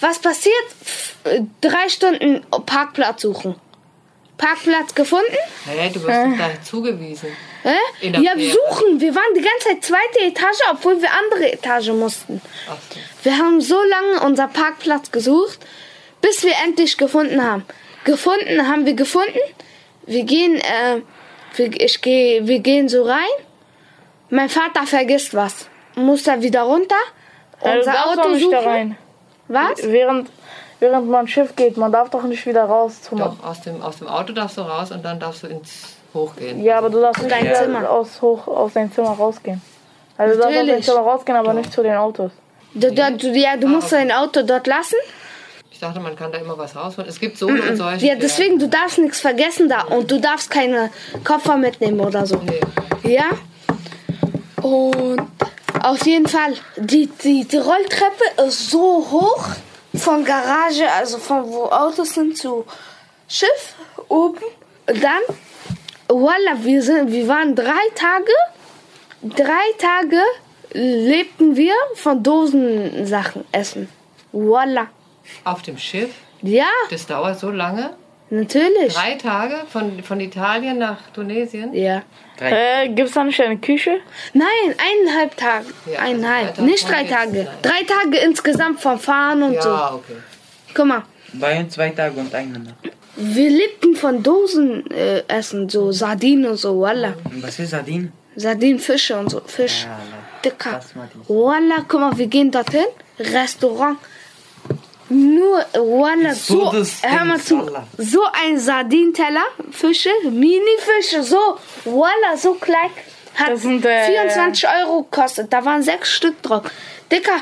Speaker 5: Was passiert? Pff, äh, Drei Stunden Parkplatz suchen. Parkplatz gefunden?
Speaker 2: Hä, du wirst doch da zugewiesen.
Speaker 5: Hä?
Speaker 2: In der
Speaker 5: Ja,
Speaker 2: Fähre.
Speaker 5: suchen. Wir waren die ganze Zeit zweite Etage, obwohl wir andere Etage mussten.
Speaker 2: Ach so.
Speaker 5: Wir haben so lange unseren Parkplatz gesucht, bis wir endlich gefunden haben. Gefunden haben wir gefunden. Wir gehen, äh, wir, ich gehe, wir gehen so rein. Mein Vater vergisst was. Muss da wieder runter.
Speaker 4: Ja, du
Speaker 5: Unser
Speaker 4: darfst doch
Speaker 5: Auto
Speaker 4: nicht
Speaker 5: suchen.
Speaker 4: Äh, da rein.
Speaker 5: Was?
Speaker 4: Während, während man Schiff geht, man darf doch nicht wieder raus zum
Speaker 2: Doch, aus dem, aus dem Auto darfst du raus und dann darfst du ins Hochgehen.
Speaker 4: Ja, aber du darfst nicht
Speaker 5: dein
Speaker 4: wieder
Speaker 5: Zimmer.
Speaker 4: aus, hoch, aus deinem Zimmer rausgehen. Also du darfst aus deinem
Speaker 5: Natürlich.
Speaker 4: Zimmer rausgehen, aber nicht zu den Autos.
Speaker 5: Du, du,
Speaker 4: Mhm.
Speaker 5: du, ja,
Speaker 4: Ah,
Speaker 5: du musst dein Auto dort lassen.
Speaker 2: Ich dachte, man kann da immer was rausholen. Es gibt so und solche.
Speaker 5: Ja, deswegen, du darfst nichts vergessen da und du darfst keine Koffer mitnehmen oder so.
Speaker 2: Nee.
Speaker 5: Ja? Und auf jeden Fall, die, die, die Rolltreppe ist so hoch von Garage, also von wo Autos sind zu Schiff oben. Und dann, voila, wir, sind, wir waren drei Tage, drei Tage lebten wir von Dosensachen essen. Voila.
Speaker 2: Auf dem Schiff.
Speaker 5: Ja,
Speaker 2: Das dauert so lange.
Speaker 5: natürlich.
Speaker 2: Drei Tage von, von Italien nach Tunesien.
Speaker 5: Ja.
Speaker 4: Äh, gibt's da nicht eine Küche?
Speaker 5: Nein, eineinhalb Tage.
Speaker 2: Ja, also
Speaker 5: eineinhalb.
Speaker 2: drei Tage
Speaker 5: Nicht drei
Speaker 2: wollen wir
Speaker 5: Tage.
Speaker 2: jetzt sein.
Speaker 5: Drei Tage insgesamt vom Fahren und so.
Speaker 2: Ja, okay.
Speaker 5: Guck mal,
Speaker 3: Bei uns zwei Tage und eine Nacht.
Speaker 5: wir lebten von Dosen äh, essen, so Sardinen und so, voila.
Speaker 3: Und was ist Sardin?
Speaker 5: Sardinen, Fische und so, Fisch.
Speaker 3: Ja, Alter.
Speaker 5: Dicker.
Speaker 3: Das mag ich.
Speaker 5: Voila, guck mal, wir gehen dorthin, Restaurant. Nur, voila,
Speaker 3: So
Speaker 5: so,
Speaker 3: das
Speaker 5: hör mal
Speaker 3: Ding,
Speaker 5: zu,
Speaker 3: voila.
Speaker 5: so ein Sardinenteller, Fische, Mini-Fische, so, voila, so klein, hat
Speaker 4: Das sind, äh,
Speaker 5: 24 Euro gekostet, da waren sechs Stück drauf. Dicker,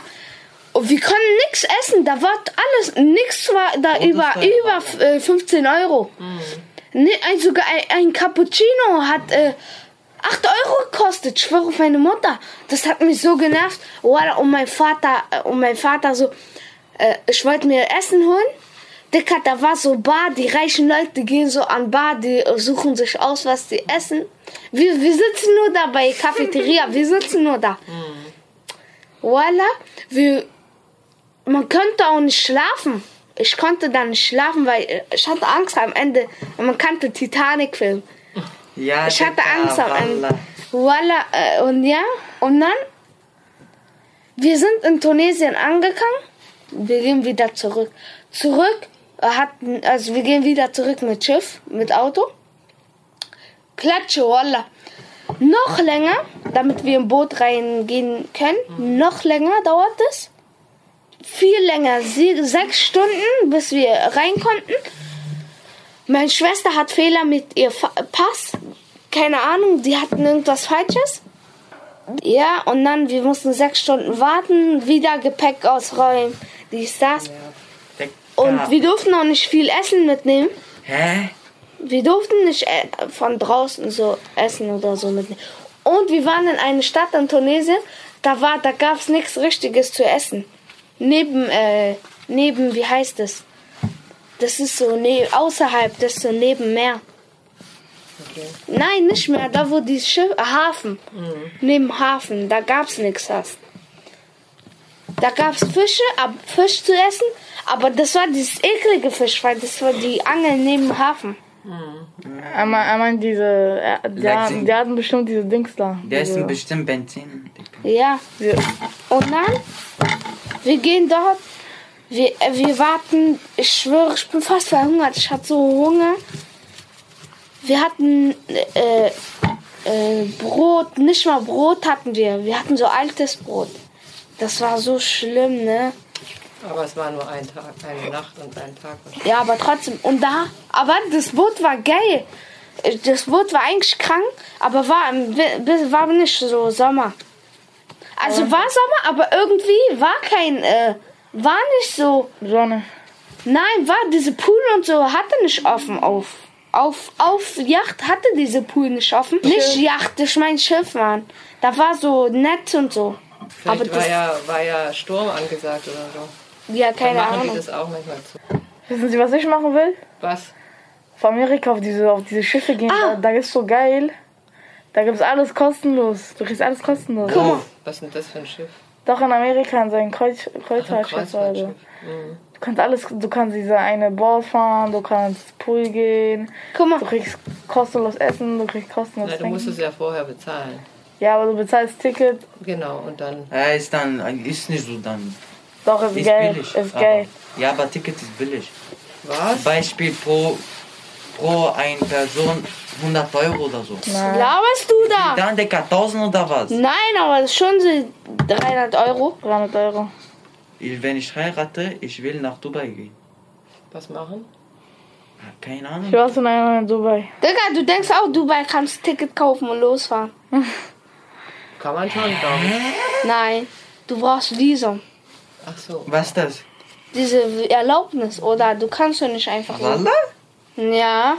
Speaker 5: und wir konnten nichts essen, da war alles, nichts war da
Speaker 3: Rotes
Speaker 5: über,
Speaker 3: Feuer.
Speaker 5: über äh, 15 Euro. Nee, ein, sogar ein, ein Cappuccino hat äh, 8 Euro gekostet. Ich schwöre auf meine Mutter. Das hat mich so genervt. Voila, und mein Vater, äh, und mein Vater so, äh, ich wollte mir Essen holen. Dicker, da war so Bar, die reichen Leute gehen so an Bar, die äh, suchen sich aus, was sie essen. Wir, wir sitzen nur da bei Cafeteria, wir sitzen nur da. Voila, wir, man könnte auch nicht schlafen. Ich konnte dann nicht schlafen, weil äh, ich hatte Angst am Ende. Man kannte Titanic-Film.
Speaker 3: Ja,
Speaker 5: Ich hatte
Speaker 3: Digga,
Speaker 5: Angst am Ende.
Speaker 3: Wallah.
Speaker 5: Voila, äh, und ja, und dann, wir sind in Tunesien angekommen. Wir gehen wieder zurück. Zurück, äh, hatten, also wir gehen wieder zurück mit Schiff, mit Auto. Klatsche, voila. Noch länger, damit wir im Boot reingehen können, noch länger dauert es. Viel länger, sie, sechs Stunden, bis wir rein konnten. Meine Schwester hat Fehler mit ihr Fa Pass. Keine Ahnung, die hatten irgendwas Falsches. Ja, und dann, wir mussten sechs Stunden warten, wieder Gepäck ausräumen, dies, das.
Speaker 3: Digga.
Speaker 5: Und wir durften auch nicht viel Essen mitnehmen.
Speaker 3: Hä?
Speaker 5: Wir durften nicht äh, von draußen so essen oder so mitnehmen. Und wir waren in einer Stadt in Tunesien, da war, da gab es nichts Richtiges zu essen. Neben, äh, neben, wie heißt es? Das ist so ne außerhalb, das ist so neben Meer. Nein, nicht mehr, da wo die Schiff, äh, Hafen, neben Hafen, da gab es nichts. erst. Da gab es Fische, ab, Fisch zu essen, Aber das war dieses eklige Fisch, weil das war die Angel neben Hafen.
Speaker 4: Ich meine, ich mein, diese. äh, Die,
Speaker 3: Like
Speaker 4: haben,
Speaker 3: sie-
Speaker 4: die hatten bestimmt diese Dings da.
Speaker 3: Der ist
Speaker 4: diese-
Speaker 3: bestimmt Benzin.
Speaker 5: Ja.
Speaker 4: diese-
Speaker 5: Und dann, wir gehen dort, wir, äh, wir warten. Ich schwöre, ich bin fast verhungert. Ich hatte so Hunger. Wir hatten äh, äh, Brot, nicht mal Brot hatten wir. Wir hatten so altes Brot. Das war so schlimm, ne?
Speaker 2: Aber es war nur ein Tag, eine Nacht und ein Tag.
Speaker 5: Ja, aber trotzdem. Und da, aber das Boot war geil. Äh, Das Boot war eigentlich krank, aber war, im Wi- war nicht so Sommer. Also war Sommer, aber irgendwie war kein, äh, war nicht so.
Speaker 4: Sonne.
Speaker 5: Nein, war diese Pool und so hatte nicht offen auf. Auf, auf Yacht hatte diese Pool nicht offen. Nicht Yacht, ich mein Schiff, Mann. Da war so nett und so.
Speaker 2: Vielleicht
Speaker 5: aber
Speaker 2: war,
Speaker 5: das-
Speaker 2: ja, war ja Sturm angesagt oder so.
Speaker 5: Ja, keine
Speaker 2: Machen die
Speaker 5: Ahnung.
Speaker 2: das auch manchmal zu.
Speaker 4: Wissen Sie, was ich machen will?
Speaker 2: Was?
Speaker 4: Von Amerika auf diese, auf diese Schiffe gehen. Da, da ist so geil. Da gibt's alles kostenlos. Du kriegst alles kostenlos.
Speaker 2: Oh, was ist denn das für ein Schiff?
Speaker 4: Doch in Amerika in so ein Kreuz,
Speaker 2: Ein
Speaker 4: Kreuzfahrtschiff. Also.
Speaker 2: Kreuzfahrtschiff. Mhm.
Speaker 4: Du kannst alles, du kannst diese eine Ball fahren, du kannst Pool gehen,
Speaker 5: Guck mal,
Speaker 4: du kriegst kostenlos Essen, du kriegst kostenlos
Speaker 2: Na, du musst es
Speaker 4: Trinken.
Speaker 2: ja vorher bezahlen.
Speaker 4: Ja, aber du bezahlst Ticket.
Speaker 2: Genau, und dann.
Speaker 3: Ja, ist dann, ist nicht so dann.
Speaker 4: Doch, ist,
Speaker 3: Ist
Speaker 4: geil.
Speaker 3: billig.
Speaker 4: Ist
Speaker 3: aber-
Speaker 4: geil.
Speaker 3: Ja, aber Ticket ist billig.
Speaker 2: Was?
Speaker 3: Beispiel pro, pro ein Person 100 Euro oder so.
Speaker 5: was laberst du da?
Speaker 3: Dann, Digga, 1000 oder was?
Speaker 5: Nein, aber das ist schon so 300 Euro.
Speaker 4: 300 Euro.
Speaker 3: Ich, wenn ich heirate, ich will nach Dubai gehen.
Speaker 2: Was machen?
Speaker 3: Ah, Keine
Speaker 4: Ich
Speaker 3: Ahnung.
Speaker 4: war schon einmal in Dubai.
Speaker 5: Digga, du denkst auch, Dubai kannst Ticket kaufen und losfahren.
Speaker 2: Kann man schon, glaube ich.
Speaker 5: Nein, du brauchst Visum.
Speaker 2: Ach so.
Speaker 3: Was ist das?
Speaker 5: Diese Erlaubnis, oder? Du kannst doch nicht einfach so.
Speaker 3: Wallah?
Speaker 5: Ja.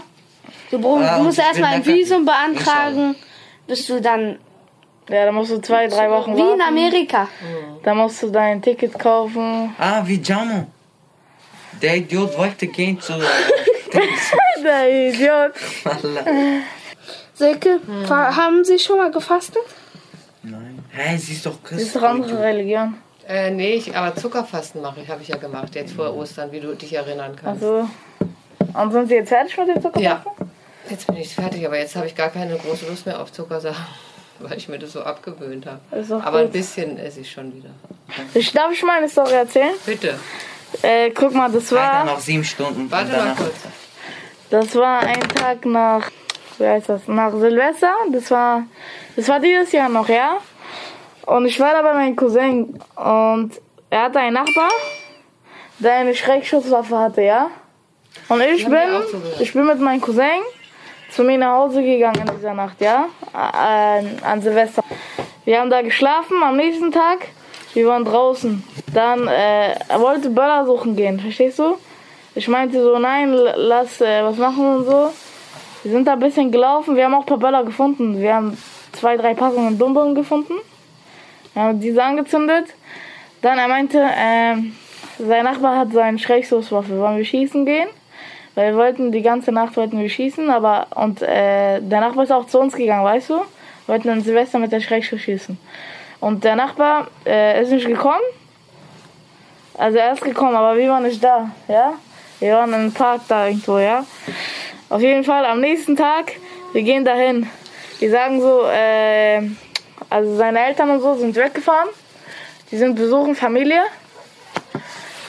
Speaker 5: Du, brauch,
Speaker 3: Ah,
Speaker 5: du
Speaker 3: und
Speaker 5: musst
Speaker 3: ich bin
Speaker 5: erstmal ein
Speaker 3: lecker.
Speaker 5: Visum beantragen, bis du dann.
Speaker 4: Ja, da musst du zwei, drei Wochen
Speaker 5: Wie in
Speaker 4: warten.
Speaker 5: Amerika.
Speaker 4: Da musst du dein Ticket kaufen.
Speaker 3: Ah, wie Jamo. Der Idiot wollte gehen zu.
Speaker 4: Der Idiot.
Speaker 3: Wallah.
Speaker 5: Silke,
Speaker 6: Hm.
Speaker 5: fa- haben Sie schon mal gefastet?
Speaker 3: Nein. Hä, sie ist doch
Speaker 4: Das ist
Speaker 3: Christ.
Speaker 4: doch andere Religion.
Speaker 2: Äh, nee, ich, aber Zuckerfasten mache ich, habe ich ja gemacht, jetzt vor
Speaker 4: Mhm.
Speaker 2: Ostern, wie du dich erinnern kannst.
Speaker 4: Also. Und sind sie jetzt fertig mit dem Zucker?
Speaker 2: Ja. Jetzt bin ich fertig, aber jetzt habe ich gar keine große Lust mehr auf Zuckersachen, weil ich mir das so abgewöhnt habe.
Speaker 4: Ist doch
Speaker 2: Aber ein
Speaker 4: gut.
Speaker 2: bisschen esse ich schon wieder.
Speaker 4: Ich darf ich meine Story erzählen?
Speaker 2: Bitte,
Speaker 4: Äh, guck mal, das
Speaker 3: Alter,
Speaker 4: war.
Speaker 3: nach sieben Stunden.
Speaker 2: warte
Speaker 3: und
Speaker 2: mal
Speaker 3: danach-
Speaker 2: kurz.
Speaker 4: Das war ein Tag nach. Wie heißt das? Nach Silvester. Das war. Das war dieses Jahr noch, ja? Und ich war da bei meinem Cousin und er hatte einen Nachbar, der eine Schreckschusswaffe hatte, ja? Und ich
Speaker 2: haben
Speaker 4: bin,
Speaker 2: wir auch so gehört.
Speaker 4: ich bin mit meinem Cousin zu mir nach Hause gegangen in dieser Nacht, ja? An, an Silvester. Wir haben da geschlafen am nächsten Tag. Wir waren draußen. Dann, äh, er wollte Böller suchen gehen, verstehst du? Ich meinte so, nein, l- lass äh, was machen und so. Wir sind da ein bisschen gelaufen. Wir haben auch ein paar Böller gefunden. Wir haben zwei, drei Packungen Bonbon gefunden. Wir haben diese angezündet. Dann er meinte, ähm, sein Nachbar hat seine Schrecksoßwaffe. Wollen wir schießen gehen? Weil wir wollten die ganze Nacht wollten wir schießen, aber und äh, der Nachbar ist auch zu uns gegangen, weißt du? Wir wollten an Silvester mit der Schreckschuss schießen. Und der Nachbar äh, ist nicht gekommen. Also er ist gekommen, aber wir waren nicht da, ja? Wir waren im Park da irgendwo, ja? Auf jeden Fall am nächsten Tag, wir gehen dahin. Die sagen so, äh, also seine Eltern und so sind weggefahren. Die sind besuchen Familie.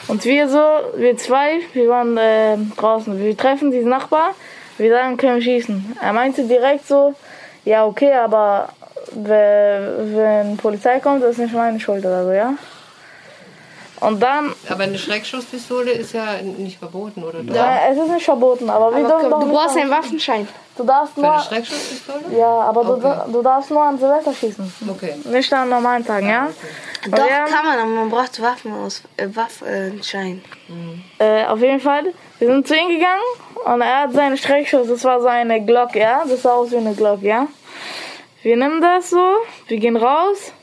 Speaker 4: Und wir so, wir zwei, wir waren äh, draußen. Wir treffen diesen Nachbar, wir sagen, können wir schießen. Er meinte direkt so, ja okay, aber we- wenn Polizei kommt, ist nicht meine Schuld oder so, ja? Und dann,
Speaker 2: Aber eine Schreckschusspistole ist ja n- nicht verboten, oder? doch?
Speaker 4: äh, es ist nicht verboten, aber, wir dürfen doch
Speaker 5: Du
Speaker 4: nicht
Speaker 5: brauchst
Speaker 4: sagen.
Speaker 5: einen Waffenschein.
Speaker 4: Du darfst
Speaker 2: Für eine
Speaker 4: nur,
Speaker 2: Schreckschusspistole?
Speaker 4: ja, aber du,
Speaker 2: Okay.
Speaker 4: du darfst nur an Silvester schießen.
Speaker 2: Okay.
Speaker 4: Nicht an normalen Tagen, ja? Und
Speaker 6: Doch,
Speaker 4: wir haben-
Speaker 6: kann man, aber man braucht Waffen aus, äh, Waffenschein.
Speaker 4: Äh, auf jeden Fall, wir sind zu ihm gegangen und er hat seinen Schreckschuss, das war so eine Glock, ja? Das sah aus wie eine Glock, ja? Wir nehmen das so, wir gehen raus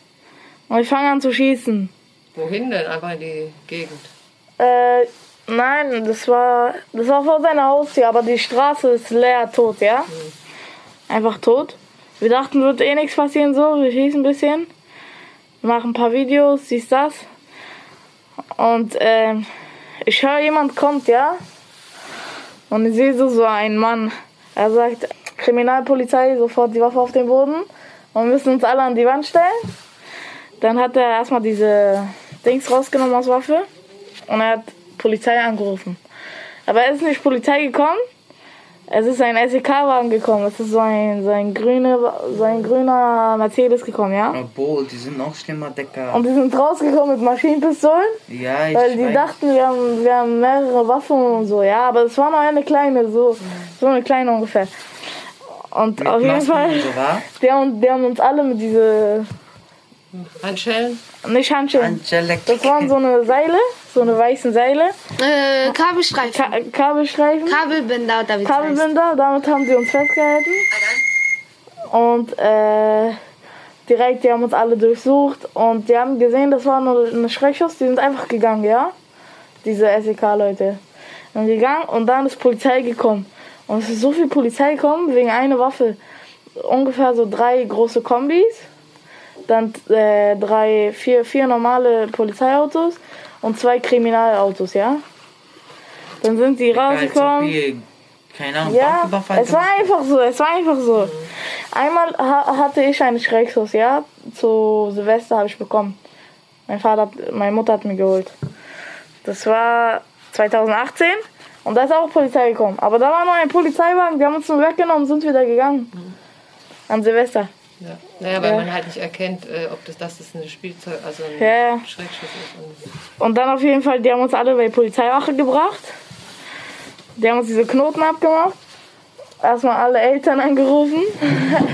Speaker 4: und wir fangen an zu schießen.
Speaker 2: Wohin denn? Einfach in die Gegend.
Speaker 4: Äh, nein, das war, das war vor seiner Haustür, aber die Straße ist leer, tot, ja? Einfach tot. Wir dachten, wird eh nichts passieren, so, wir schießen ein bisschen, wir machen ein paar Videos, dies, das. Und ähm, Ich höre, jemand kommt, ja? Und ich sehe so, so einen Mann. Er sagt, Kriminalpolizei, sofort die Waffe auf den Boden. Und wir müssen uns alle an die Wand stellen. Dann hat er erstmal diese Dings rausgenommen aus Waffe. Und er hat Polizei angerufen. Aber es ist nicht Polizei gekommen. Es ist ein SEK-Wagen gekommen. Es ist so ein, so, ein grüne, so ein grüner Mercedes gekommen, ja?
Speaker 3: Obwohl, die sind noch schlimmer, Decker.
Speaker 4: Und die sind rausgekommen mit Maschinenpistolen,
Speaker 3: Ja, ich
Speaker 4: weil die
Speaker 3: weiß.
Speaker 4: dachten, wir haben, wir haben mehrere Waffen und so. Ja, aber es war nur eine kleine, so, so eine kleine ungefähr. Und
Speaker 3: Mit
Speaker 4: auf jeden
Speaker 3: Masken
Speaker 4: Fall,
Speaker 3: und so, wa?
Speaker 4: die haben, die haben uns alle mit diese,
Speaker 2: Handschellen?
Speaker 4: nicht Handschellen,
Speaker 3: Angelic.
Speaker 4: das waren so eine Seile, so eine weißen Seile,
Speaker 6: Äh, Kabelstreifen.
Speaker 4: Ka Kabelstreifen,
Speaker 6: Kabelbinder oder wie es heißt.
Speaker 4: Kabelbinder, damit haben die uns festgehalten. Und äh, direkt, die haben uns alle durchsucht und die haben gesehen, das war nur ein Schreckschuss, die sind einfach gegangen, ja? Diese SEK-Leute. Dann gegangen und dann ist Polizei gekommen. Und es ist so viel Polizei gekommen wegen einer Waffe. Ungefähr so drei große Kombis, dann äh, drei, vier, vier normale Polizeiautos und zwei Kriminalautos, ja? Dann sind die rausgekommen.
Speaker 3: Keine Ahnung,
Speaker 4: Ja,
Speaker 3: Banküberfall
Speaker 4: es war
Speaker 3: gemacht.
Speaker 4: einfach so, es war einfach so. Einmal ha hatte ich einen Schreckschuss, ja. Zu Silvester habe ich bekommen. Mein Vater, hat, meine Mutter hat mir geholt. Das war 2018 und da ist auch Polizei gekommen. Aber da war nur ein Polizeiwagen, die haben uns nur weggenommen und sind wieder gegangen. An Silvester.
Speaker 2: Ja. Naja, weil
Speaker 4: Ja.
Speaker 2: man halt nicht erkennt, äh, ob das, das ist ein Spielzeug, also ein
Speaker 4: Ja, ja.
Speaker 2: Schreckschuss ist. Und
Speaker 4: Und dann auf jeden Fall, die haben uns alle bei Polizeiwache gebracht. Die haben uns diese Knoten abgemacht. Erstmal alle Eltern angerufen.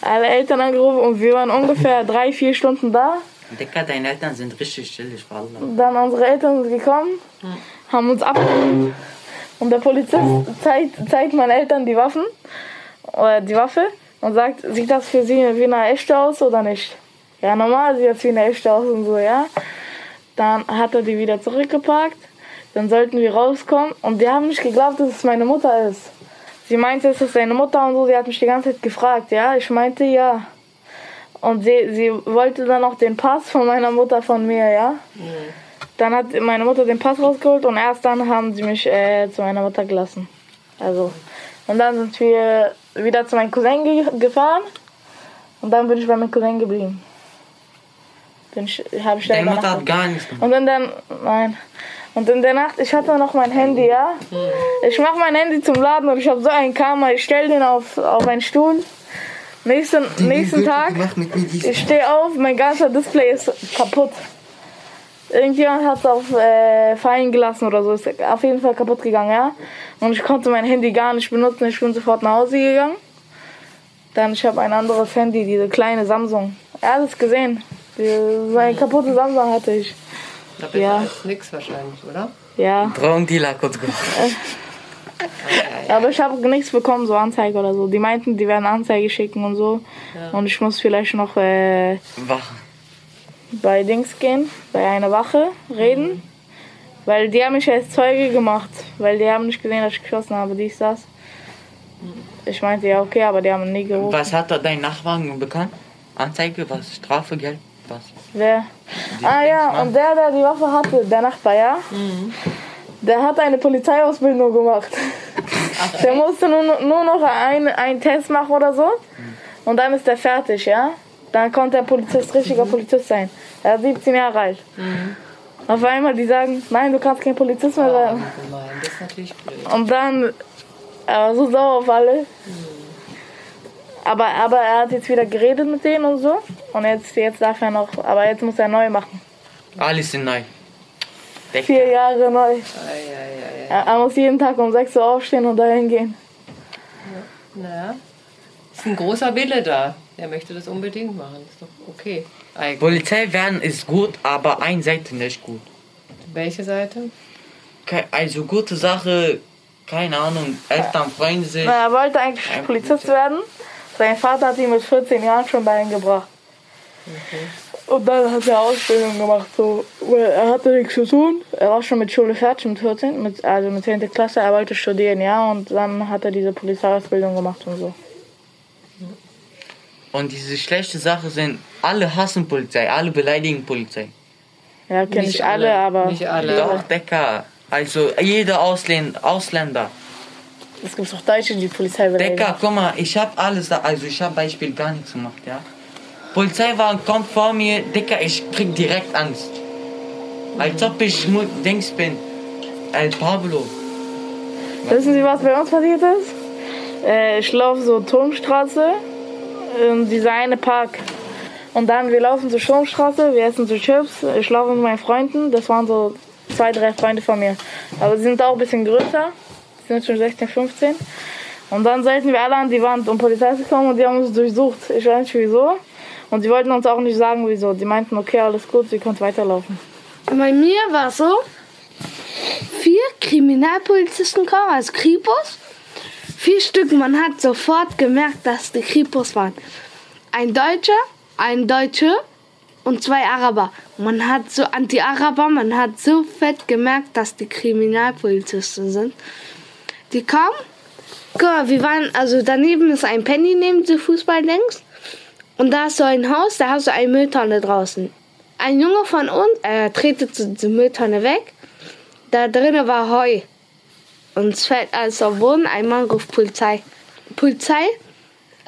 Speaker 4: alle Eltern angerufen und wir waren ungefähr drei, vier Stunden da.
Speaker 3: Dicker, deine Eltern sind richtig chillig, Wallah.
Speaker 4: Dann unsere Eltern sind gekommen, haben uns abgeholt. Und der Polizist zeigt, zeigt meinen Eltern die Waffen oder die Waffe und sagt, sieht das für sie wie eine echte aus oder nicht? Ja, normal sieht das wie eine echte aus und so, ja. Dann hat er die wieder zurückgepackt. Dann sollten wir rauskommen und die haben nicht geglaubt, dass es meine Mutter ist. Sie meinte, es ist deine Mutter und so. Sie hat mich die ganze Zeit gefragt, ja. Ich meinte, ja. Und sie, sie wollte dann auch den Pass von meiner Mutter von mir, ja.
Speaker 3: Mhm.
Speaker 4: Dann hat meine Mutter den Pass rausgeholt und erst dann haben sie mich äh, zu meiner Mutter gelassen. Also. Und dann sind wir wieder zu meinem Cousin ge gefahren. Und dann bin ich bei meinem Cousin geblieben. Bin ich, hab ich da
Speaker 3: Deine Mutter
Speaker 4: übernachtet.
Speaker 3: hat gar nichts gemacht.
Speaker 4: Und in der, nein. Und in der Nacht, ich hatte noch mein Handy, ja. Ich mach mein Handy zum Laden und ich habe so einen Karma. Ich stell den auf, auf einen Stuhl. Nächsten, nächsten Tag,
Speaker 3: Mach mit mir dies.
Speaker 4: ich stehe auf, mein ganzer Display ist kaputt. Irgendjemand hat es auf äh, fallen gelassen oder so. Ist auf jeden Fall kaputt gegangen, ja. Und ich konnte mein Handy gar nicht benutzen. Ich bin sofort nach Hause gegangen. Dann ich habe ein anderes Handy, diese kleine Samsung. Alles gesehen. Die, so eine kaputte Samsung hatte ich.
Speaker 2: da besser
Speaker 4: Ja.
Speaker 2: als nix wahrscheinlich, oder?
Speaker 4: Ja,
Speaker 3: Drogendealer kurz gemacht.
Speaker 4: aber ich habe nichts bekommen, so Anzeige oder so. Die meinten, die werden Anzeige schicken und so. Und ich muss vielleicht noch äh,
Speaker 3: Wach.
Speaker 4: bei Dings gehen, bei einer Wache reden. Weil die haben mich als Zeuge gemacht. Weil die haben nicht gesehen, dass ich geschossen habe, dies, das. Ich meinte, ja, okay, aber die haben nie gerufen.
Speaker 3: Was hat da dein Nachwagen bekannt? Anzeige, was? Strafe, Geld? Was?
Speaker 4: Wer? Ah ja, und der, der die Waffe hatte, der Nachbar, ja? Der hat eine Polizeiausbildung gemacht. der musste nur, nur noch ein, einen Test machen oder so. Und dann ist er fertig, ja? Dann konnte er Polizist, richtiger Polizist sein. Er ist 17 Jahre alt. Auf einmal, die sagen, nein, du kannst kein Polizist mehr werden.
Speaker 2: Allgemein, das ist natürlich blöd.
Speaker 4: Und dann, er war so sauer auf alle. Aber, aber er hat jetzt wieder geredet mit denen und so. Und jetzt, jetzt darf er noch, aber jetzt muss er neu machen.
Speaker 3: Alles sind neu.
Speaker 4: Vier Jahre neu.
Speaker 2: Ei, ei, ei, ei.
Speaker 4: Er, er muss jeden Tag um 6 Uhr aufstehen und dahin gehen.
Speaker 2: Naja. Ist ein großer Wille da. Der möchte das unbedingt machen. Ist doch okay. Eigentlich.
Speaker 3: Polizei werden ist gut, aber einseitig nicht gut.
Speaker 2: Welche Seite?
Speaker 3: Ke- Also gute Sache, keine Ahnung, Eltern freuen sich.
Speaker 4: Na, er wollte eigentlich
Speaker 3: Ein
Speaker 4: Polizist werden. Sein Vater hat ihn mit 14 Jahren schon dahin gebracht. Und dann hat er Ausbildung gemacht. So. Weil Er hatte nichts zu tun. Er war schon mit Schule fertig, mit 14, mit, also mit 10. Klasse. Er wollte studieren, ja. Und dann hat er diese Polizeiausbildung gemacht und so.
Speaker 3: Und diese schlechte Sache sind, alle hassen Polizei, alle beleidigen Polizei.
Speaker 4: Ja, kenne ich alle, aber
Speaker 2: Nicht alle.
Speaker 3: Doch, Decker. Also jeder Ausländ Ausländer.
Speaker 4: Es gibt auch Deutsche, die Polizei beleidigen.
Speaker 3: Digga, guck mal, ich hab alles da. Also ich hab Beispiel gar nichts gemacht, ja. Polizeiwagen kommt vor mir, Digga, ich krieg direkt Angst. Als ob ich Mu- Dings bin. El Pablo.
Speaker 4: Wissen Sie, was bei uns passiert ist? Äh, ich laufe so Turmstraße und dieser eine Park. Und dann, wir laufen zur Turmstraße, wir essen so Chips, ich laufe mit meinen Freunden, das waren so zwei, drei Freunde von mir. Aber sie sind auch ein bisschen größer, sie sind schon 16, 15. Und dann sollten wir alle an die Wand und Polizei ist gekommen und die haben uns durchsucht. Ich weiß nicht wieso. Und sie wollten uns auch nicht sagen, wieso. Die meinten, okay, alles gut, ihr könnt weiterlaufen.
Speaker 5: Bei mir war so, vier Kriminalpolizisten kommen, also Kripos. Vier Stück, man hat sofort gemerkt, dass die Kripos waren. Ein Deutscher, ein Deutsche und zwei Araber. Man hat so Anti-Araber, man hat so fett gemerkt, dass die Kriminalpolizisten sind. Die kamen. Guck mal, wir waren, also daneben ist ein Penny neben dem Fußballdings. Und da ist so ein Haus, da hast du eine Mülltonne draußen. Ein Junge von uns äh, drehte zu zur Mülltonne weg. Da drinnen war Heu. Und es fällt alles auf den Boden. Ein Mann ruft Polizei. Polizei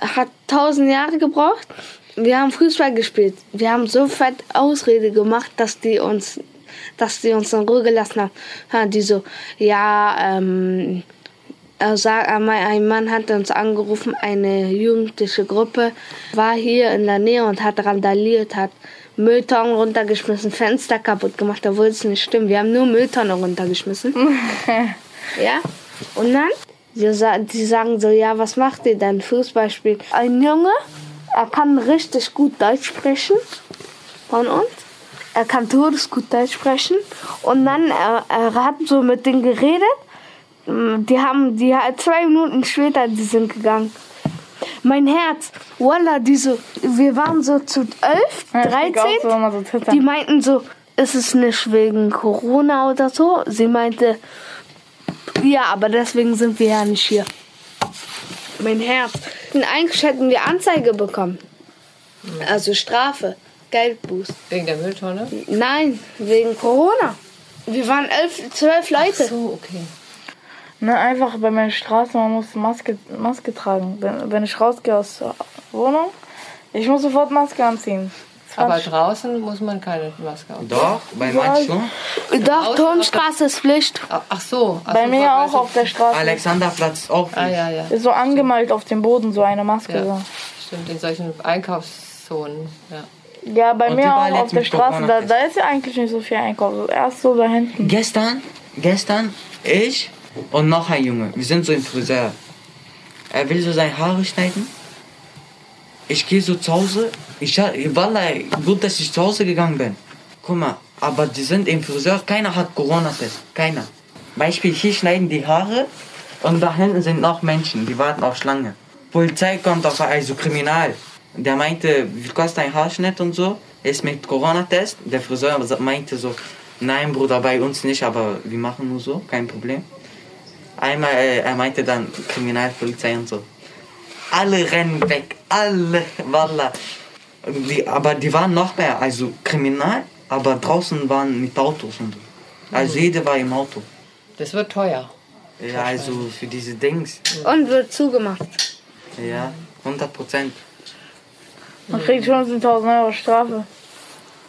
Speaker 5: hat tausend Jahre gebraucht. Wir haben Fußball gespielt. Wir haben so fett Ausrede gemacht, dass die uns, dass die uns in Ruhe gelassen haben. Ja, die so, ja, ähm, also sag einmal, ein Mann hat uns angerufen, eine jugendliche Gruppe war hier in der Nähe und hat randaliert, hat Mülltonnen runtergeschmissen, Fenster kaputt gemacht, da wollte es nicht stimmen. Wir haben nur Mülltonnen runtergeschmissen. ja. Und dann, die, sa- die sagen so, ja, was macht ihr denn? Fußball spielt. Ein Junge, er kann richtig gut Deutsch sprechen von uns. Er kann todesgut Deutsch sprechen. Und dann, er, er hat so mit denen geredet. Mm, Die haben, die zwei Minuten später, die sind gegangen. Mein Herz, voila, diese, wir waren so zu elf,
Speaker 4: Ja, ich krieg
Speaker 5: 13.
Speaker 4: auch so immer so Zittern.
Speaker 5: die meinten so, ist es nicht wegen Corona oder so? Sie meinte, ja, aber deswegen sind wir ja nicht hier. Mein Herz. Und eigentlich hätten wir Anzeige bekommen. Also Strafe, Geldbuß.
Speaker 2: Wegen der Mülltonne?
Speaker 5: Nein, wegen Corona. Wir waren elf, zwölf Leute.
Speaker 2: So, okay.
Speaker 4: Ne, einfach bei meiner Straße, man muss Maske, Maske tragen. Wenn, wenn ich rausgehe aus der Wohnung, ich muss sofort Maske anziehen. Das war
Speaker 2: Aber
Speaker 4: sch-
Speaker 2: draußen muss man keine Maske auf.
Speaker 3: Doch, bei manchen schon.
Speaker 5: Doch, Turmstraße ist Pflicht.
Speaker 2: Ach ach so. Ach
Speaker 4: bei
Speaker 2: so,
Speaker 4: mir
Speaker 2: weil-
Speaker 4: auch auf der Straße.
Speaker 3: Alexanderplatz ist auch
Speaker 2: Ah,
Speaker 3: nicht.
Speaker 2: ja, ja.
Speaker 4: Ist so angemalt auf dem Boden, so eine Maske.
Speaker 2: ja.
Speaker 4: So.
Speaker 2: Stimmt, in solchen Einkaufszonen. Ja.
Speaker 4: Ja, bei
Speaker 3: Und die
Speaker 4: mir
Speaker 3: war
Speaker 4: auch
Speaker 3: jetzt
Speaker 4: auf der
Speaker 3: mit
Speaker 4: Straße, da,
Speaker 3: Corona-Test.
Speaker 4: da ist ja eigentlich nicht so viel Einkauf. Erst so da hinten.
Speaker 3: Gestern, gestern, ich und noch ein Junge, wir sind so im Friseur. Er will so seine Haare schneiden. Ich gehe so zu Hause. Ich ha- Wallah, gut, dass ich zu Hause gegangen bin. Guck mal, aber die sind im Friseur, keiner hat Corona-Test. Keiner. Beispiel, hier schneiden die Haare und da hinten sind noch Menschen, die warten auf Schlange. Polizei kommt auf, also Kriminal. Der meinte, wie kostet ein Haarschnitt und so? Ist mit Corona-Test. Der Friseur sa- meinte so, nein Bruder, bei uns nicht, aber wir machen nur so, kein Problem. Einmal, äh, er meinte dann Kriminalpolizei und so. Alle rennen weg, alle, wallah. Die, aber die waren noch mehr, also kriminal, aber draußen waren mit Autos und so.
Speaker 2: Mhm.
Speaker 3: Also jeder war im Auto.
Speaker 2: Das wird teuer.
Speaker 3: Ja, also für diese Dings,
Speaker 5: Und wird zugemacht.
Speaker 3: ja, 100 Prozent.
Speaker 4: Man kriegt schon 15.000 Euro Strafe.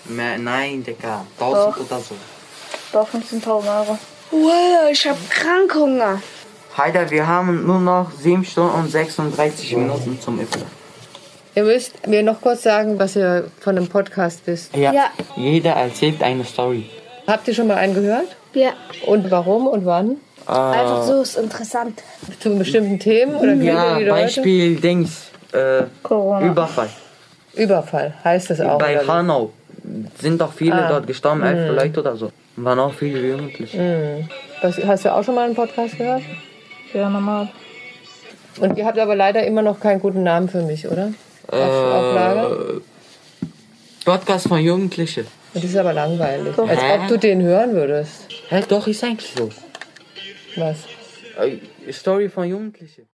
Speaker 3: Mehr, nein, Digga, 1000 oder so.
Speaker 4: Doch 15.000 Euro.
Speaker 5: Wow, ich hab Krankhunger.
Speaker 3: Heider, wir haben nur noch 7 Stunden und 36 Minuten zum Öffnen.
Speaker 2: Ihr müsst mir noch kurz sagen, was ihr von dem Podcast wisst.
Speaker 3: Ja.
Speaker 5: Ja.
Speaker 3: Jeder erzählt eine Story.
Speaker 2: Habt ihr schon mal einen gehört?
Speaker 5: Ja,
Speaker 2: Und warum und wann?
Speaker 5: einfach so ist interessant.
Speaker 2: Zu bestimmten Themen oder wie
Speaker 3: Ja,
Speaker 2: die Leute? Ah.
Speaker 3: Beispiel Dings, äh,
Speaker 4: Corona.
Speaker 3: Überfall.
Speaker 2: Überfall heißt das auch.
Speaker 3: Bei
Speaker 2: oder wie?
Speaker 3: Hanau sind auch viele dort gestorben, elf Leute oder so. Waren auch viele Jugendliche.
Speaker 2: Was, hast du auch schon mal einen Podcast gehört?
Speaker 4: Ja, normal.
Speaker 2: Und ihr habt aber leider immer noch keinen guten Namen für mich, oder? Auf,
Speaker 3: Äh,
Speaker 2: auf Lager.
Speaker 3: Podcast von Jugendlichen.
Speaker 2: Das ist aber langweilig. Als ob du den hören würdest.
Speaker 3: Hä, doch, ist eigentlich so.
Speaker 2: Was?
Speaker 3: Äh, Story von Jugendlichen.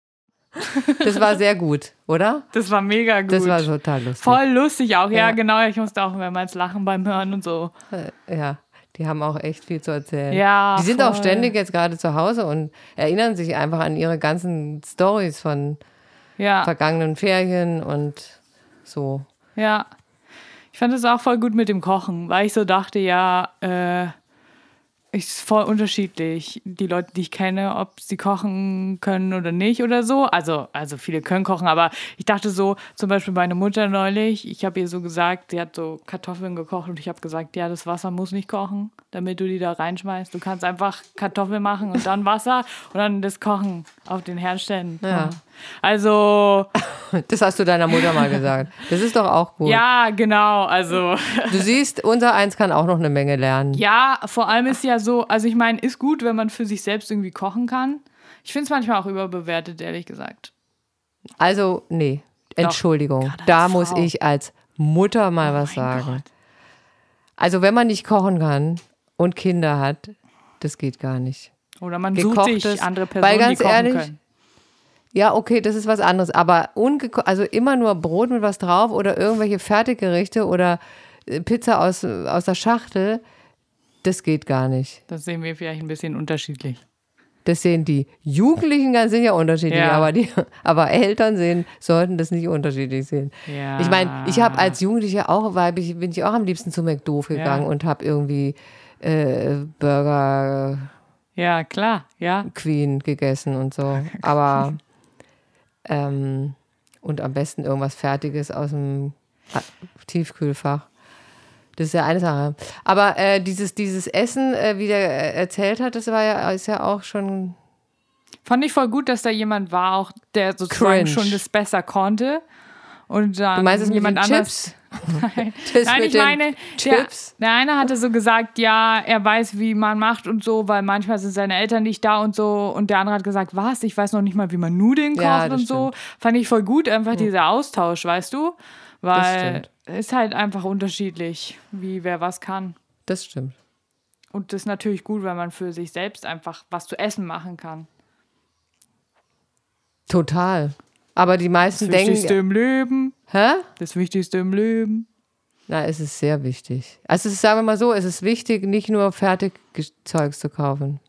Speaker 7: Das war sehr gut, oder?
Speaker 1: Das war mega gut.
Speaker 7: Das war total lustig.
Speaker 1: Voll lustig auch, ja, genau. Ich musste auch mehrmals lachen beim Hören und so.
Speaker 7: Äh, Ja.
Speaker 2: Die haben auch echt viel zu erzählen.
Speaker 1: Ja,
Speaker 2: Die sind auch
Speaker 1: voll.
Speaker 2: ständig jetzt gerade zu Hause und erinnern sich einfach an ihre ganzen Stories von
Speaker 1: Ja,
Speaker 2: vergangenen Ferien und so.
Speaker 1: ja. Ich fand es auch voll gut mit dem Kochen, weil ich so dachte, ja, äh, ist voll unterschiedlich, die Leute, die ich kenne, ob sie kochen können oder nicht oder so. Also, also viele können kochen, aber ich dachte so, zum Beispiel meine Mutter neulich, ich habe ihr so gesagt, sie hat so Kartoffeln gekocht und ich habe gesagt, ja, das Wasser muss nicht kochen, damit du die da reinschmeißt. Du kannst einfach Kartoffeln machen und dann Wasser und dann das Kochen auf den Herd stellen.
Speaker 2: Ja.
Speaker 1: Also,
Speaker 2: Das hast du deiner Mutter mal gesagt. Das ist doch auch gut.
Speaker 1: ja, genau, also...
Speaker 2: Du siehst, unser Eins kann auch noch eine Menge lernen.
Speaker 1: Ja, vor allem ist ja so, also ich meine, ist gut, wenn man für sich selbst irgendwie kochen kann. Ich finde es manchmal auch überbewertet, ehrlich gesagt.
Speaker 2: Also, nee, Entschuldigung.
Speaker 1: gerade
Speaker 2: Da
Speaker 1: als
Speaker 2: muss
Speaker 1: Frau. Oh
Speaker 2: ich als Mutter mal was sagen. Also, wenn man nicht kochen kann und Kinder hat, das geht gar nicht.
Speaker 1: Oder man sucht
Speaker 2: Gekochtes,
Speaker 1: sich andere
Speaker 2: weil
Speaker 1: Personen,
Speaker 2: ganz
Speaker 1: die kochen
Speaker 2: ehrlich,
Speaker 1: können.
Speaker 2: Ja, okay, das ist was anderes. Aber ungeko also immer nur Brot mit was drauf oder irgendwelche Fertiggerichte oder äh, Pizza aus, aus der Schachtel, das geht gar nicht.
Speaker 1: Das sehen wir vielleicht ein bisschen unterschiedlich.
Speaker 2: Das sehen die Jugendlichen ganz sicher unterschiedlich,
Speaker 1: Ja.
Speaker 2: aber, die, aber Eltern sehen, sollten das nicht unterschiedlich sehen.
Speaker 1: Ja.
Speaker 2: Ich meine, ich habe als Jugendliche auch, weil ich, bin ich auch am liebsten zu McDoof gegangen
Speaker 1: Ah. Ja.
Speaker 2: und habe irgendwie äh, Burger
Speaker 1: Ja, klar, ja.
Speaker 2: Queen gegessen und so. Aber ähm, und am besten irgendwas Fertiges aus dem A- Tiefkühlfach. Das ist ja eine Sache. Aber äh, dieses, dieses Essen, äh, wie der äh, erzählt hat, das war ja, ist ja auch schon.
Speaker 1: Fand ich voll gut, dass da jemand war, auch der sozusagen
Speaker 2: Cringe.
Speaker 1: schon das besser konnte. Und dann
Speaker 2: Du meinst es mit
Speaker 1: Ähm, jemand
Speaker 2: den
Speaker 1: anders.
Speaker 2: Chips?
Speaker 1: Nein,
Speaker 2: Das
Speaker 1: Nein
Speaker 2: mit
Speaker 1: ich
Speaker 2: den
Speaker 1: meine, der,
Speaker 2: Chips.
Speaker 1: der eine hatte so gesagt, ja, er weiß, wie man macht und so, weil manchmal sind seine Eltern nicht da und so. Und der andere hat gesagt, was? Ich weiß noch nicht mal, wie man Nudeln kocht
Speaker 2: Ja, das
Speaker 1: und so. Fand ich voll gut, einfach dieser Austausch, weißt du? Weil
Speaker 2: stimmt.
Speaker 1: es ist halt einfach unterschiedlich, wie wer was kann.
Speaker 2: Das stimmt.
Speaker 1: Und das ist natürlich gut, wenn man für sich selbst einfach was zu essen machen kann.
Speaker 2: Total. Aber die meisten
Speaker 1: Das Wichtigste im
Speaker 2: denken.
Speaker 1: Leben.
Speaker 2: Hä?
Speaker 1: Das Wichtigste im Leben.
Speaker 2: Na, es ist sehr wichtig. Also es ist, sagen wir mal so, es ist wichtig, nicht nur fertig Ges- Zeugs zu kaufen.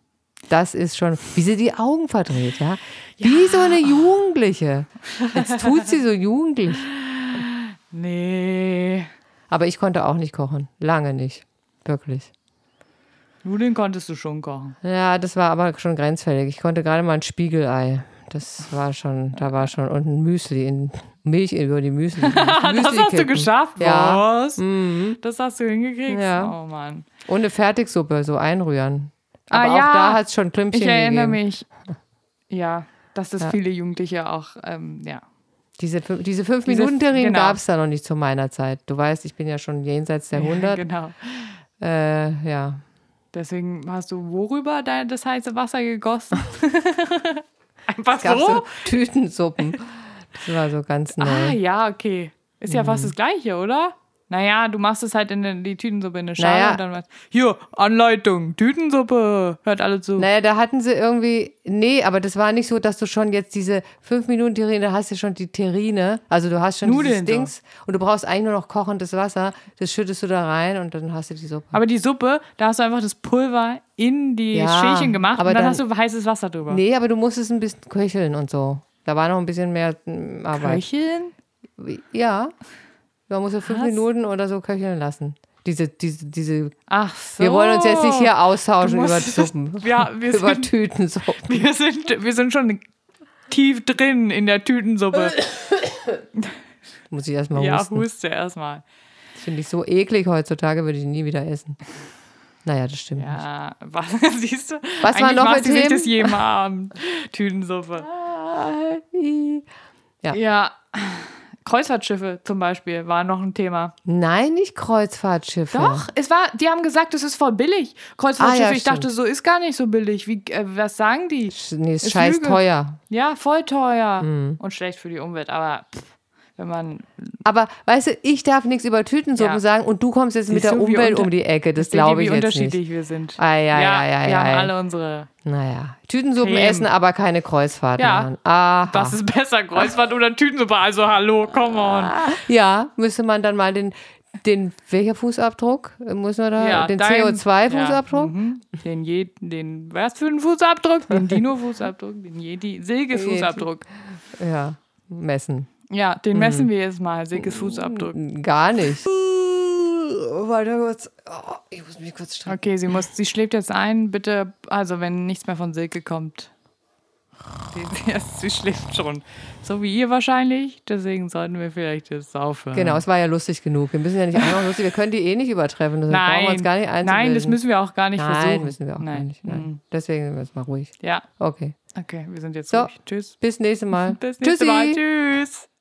Speaker 2: Das ist schon, wie sie die Augen verdreht, ja? Wie so eine Jugendliche. Jetzt tut sie so jugendlich.
Speaker 1: Nee.
Speaker 2: Aber ich konnte auch nicht kochen. Lange nicht. Wirklich.
Speaker 1: Nudeln konntest du schon kochen.
Speaker 2: Ja, das war aber schon grenzfällig. Ich konnte gerade mal ein Spiegelei. Das war schon, da war schon, und ein Müsli, in, Milch über die Müsli. Müsli
Speaker 1: Das hast du
Speaker 2: kippen.
Speaker 1: geschafft,
Speaker 2: Ja. Mhm.
Speaker 1: was? Das hast du hingekriegt.
Speaker 2: Ja.
Speaker 1: Oh Mann.
Speaker 2: Und eine Fertigsuppe, so einrühren.
Speaker 1: Ah,
Speaker 2: Aber auch
Speaker 1: ja.
Speaker 2: da hat es schon Klümpchen
Speaker 1: Ich erinnere
Speaker 2: gegeben.
Speaker 1: mich. Ja, dass das viele Jugendliche auch, ähm, ja.
Speaker 2: Diese, fü- diese fünf
Speaker 1: Diese-
Speaker 2: minuten termin
Speaker 1: genau.
Speaker 2: gab es da noch nicht zu meiner Zeit. Du weißt, ich bin ja schon jenseits der 100.
Speaker 1: Genau.
Speaker 2: äh, ja.
Speaker 1: Deswegen hast du worüber dein, das heiße Wasser gegossen? Einfach
Speaker 2: Gab
Speaker 1: so?
Speaker 2: so Tütensuppen. Das war so ganz neu.
Speaker 1: Ah, ja, okay. Ist ja
Speaker 2: Mhm.
Speaker 1: fast das Gleiche, oder? Naja, du machst es halt in den- die Tütensuppe in eine Schale
Speaker 2: Naja.
Speaker 1: und dann was. Hier, Anleitung, Tütensuppe. Hört alle zu.
Speaker 2: Naja, da hatten sie irgendwie, nee, aber das war nicht so, dass du schon jetzt diese fünf minuten terrine da hast du schon die Terrine, also du hast schon
Speaker 1: Nudeln so.
Speaker 2: dieses Dings und du brauchst eigentlich nur noch kochendes Wasser, das schüttest du da rein und dann hast du die Suppe.
Speaker 1: Aber die Suppe, da hast du einfach das Pulver in die
Speaker 2: Ja,
Speaker 1: Schälchen gemacht
Speaker 2: aber
Speaker 1: und dann,
Speaker 2: dann-
Speaker 1: hast du heißes Wasser drüber.
Speaker 2: nee, aber du musstest ein bisschen köcheln und so. Da war noch ein bisschen mehr mm, Arbeit.
Speaker 1: Köcheln?
Speaker 2: Ja. Man muss ja fünf Minuten oder so köcheln lassen. Diese, diese, diese.
Speaker 1: Ach so.
Speaker 2: Wir wollen uns jetzt nicht hier austauschen
Speaker 1: Du
Speaker 2: über
Speaker 1: musst-
Speaker 2: Suppen.
Speaker 1: Ja, wir
Speaker 2: über
Speaker 1: sind,
Speaker 2: Tütensuppen.
Speaker 1: wir, sind, wir sind schon tief drin in der Tütensuppe.
Speaker 2: Muss ich erstmal
Speaker 1: ja,
Speaker 2: husten.
Speaker 1: huste erstmal.
Speaker 2: Das finde ich so eklig heutzutage, würde ich nie wieder essen. Naja, das stimmt. nicht.
Speaker 1: Ja, was Ah, siehst du?
Speaker 2: Was waren
Speaker 1: Eigentlich
Speaker 2: noch
Speaker 1: macht
Speaker 2: für
Speaker 1: sie sich
Speaker 2: Themen?
Speaker 1: das jeden Abend. Tütensuppe. Ja. Kreuzfahrtschiffe zum Beispiel war noch ein Thema.
Speaker 2: Nein, nicht Kreuzfahrtschiffe.
Speaker 1: Doch, es war, die haben gesagt, es ist voll billig. Kreuzfahrtschiffe,
Speaker 2: Ah, ja,
Speaker 1: ich dachte, so ist gar nicht so billig. Wie, äh, was sagen die?
Speaker 2: Sch- Mhm. Nee, ist
Speaker 1: Ist
Speaker 2: scheiß
Speaker 1: Lüge.
Speaker 2: teuer.
Speaker 1: Ja, voll teuer und schlecht für die Umwelt, aber pff, wenn man
Speaker 2: Aber weißt du, ich darf nichts über Tütensuppen
Speaker 1: Ja.
Speaker 2: sagen und du kommst jetzt mit
Speaker 1: Siehst
Speaker 2: der
Speaker 1: du, wie
Speaker 2: Umwelt
Speaker 1: unter-
Speaker 2: um die Ecke. Das
Speaker 1: Seht ihr,
Speaker 2: glaube
Speaker 1: wie
Speaker 2: ich jetzt
Speaker 1: unterschiedlich
Speaker 2: nicht.
Speaker 1: wir sind.
Speaker 2: Ei, ei, ei, ei,
Speaker 1: wir
Speaker 2: ei.
Speaker 1: haben alle unsere.
Speaker 2: Naja, Tütensuppen
Speaker 1: Themen.
Speaker 2: essen, aber keine Kreuzfahrten.
Speaker 1: Ja.
Speaker 2: machen. Aha.
Speaker 1: Was
Speaker 2: Ah,
Speaker 1: ist besser, Kreuzfahrt oder Tütensuppe? Also hallo, come on.
Speaker 2: Ja, müsste man dann mal den, Den, welcher Fußabdruck muss man da? den
Speaker 1: dein-
Speaker 2: CO2-Fußabdruck?
Speaker 1: Ja, mhm. Den, Je den, was für einen Fußabdruck? Den Dino-Fußabdruck, den Yeti, Silges
Speaker 2: Yeti.
Speaker 1: Fußabdruck.
Speaker 2: Ja. messen.
Speaker 1: Ja,
Speaker 2: Mhm.
Speaker 1: den messen wir jetzt mal, Silges Fußabdruck.
Speaker 2: Gar nicht. Warte kurz. Oh, ich muss mich kurz strecken.
Speaker 1: Okay, sie muss, sie schläft jetzt ein, bitte, also wenn nichts mehr von Silke kommt. Die- Ja, sie schläft schon. So wie ihr wahrscheinlich, deswegen sollten wir vielleicht jetzt aufhören.
Speaker 2: Genau, es war ja lustig genug. Wir müssen ja nicht einfach lustig, wir können die eh nicht übertreffen. Das brauchen wir
Speaker 1: Nein,
Speaker 2: uns gar nicht
Speaker 1: nein, das
Speaker 2: einzubilden.
Speaker 1: müssen wir auch gar nicht
Speaker 2: Nein,
Speaker 1: versuchen.
Speaker 2: müssen wir auch gar
Speaker 1: Nein.
Speaker 2: nicht. Nein.
Speaker 1: Mhm.
Speaker 2: Deswegen sind wir jetzt mal ruhig.
Speaker 1: Ja,
Speaker 2: Okay.
Speaker 1: okay, wir sind jetzt
Speaker 2: So.
Speaker 1: ruhig. Tschüss.
Speaker 2: Bis nächstes Mal.
Speaker 1: Bis nächste
Speaker 2: Tschüssi.
Speaker 1: Mal. Tschüss.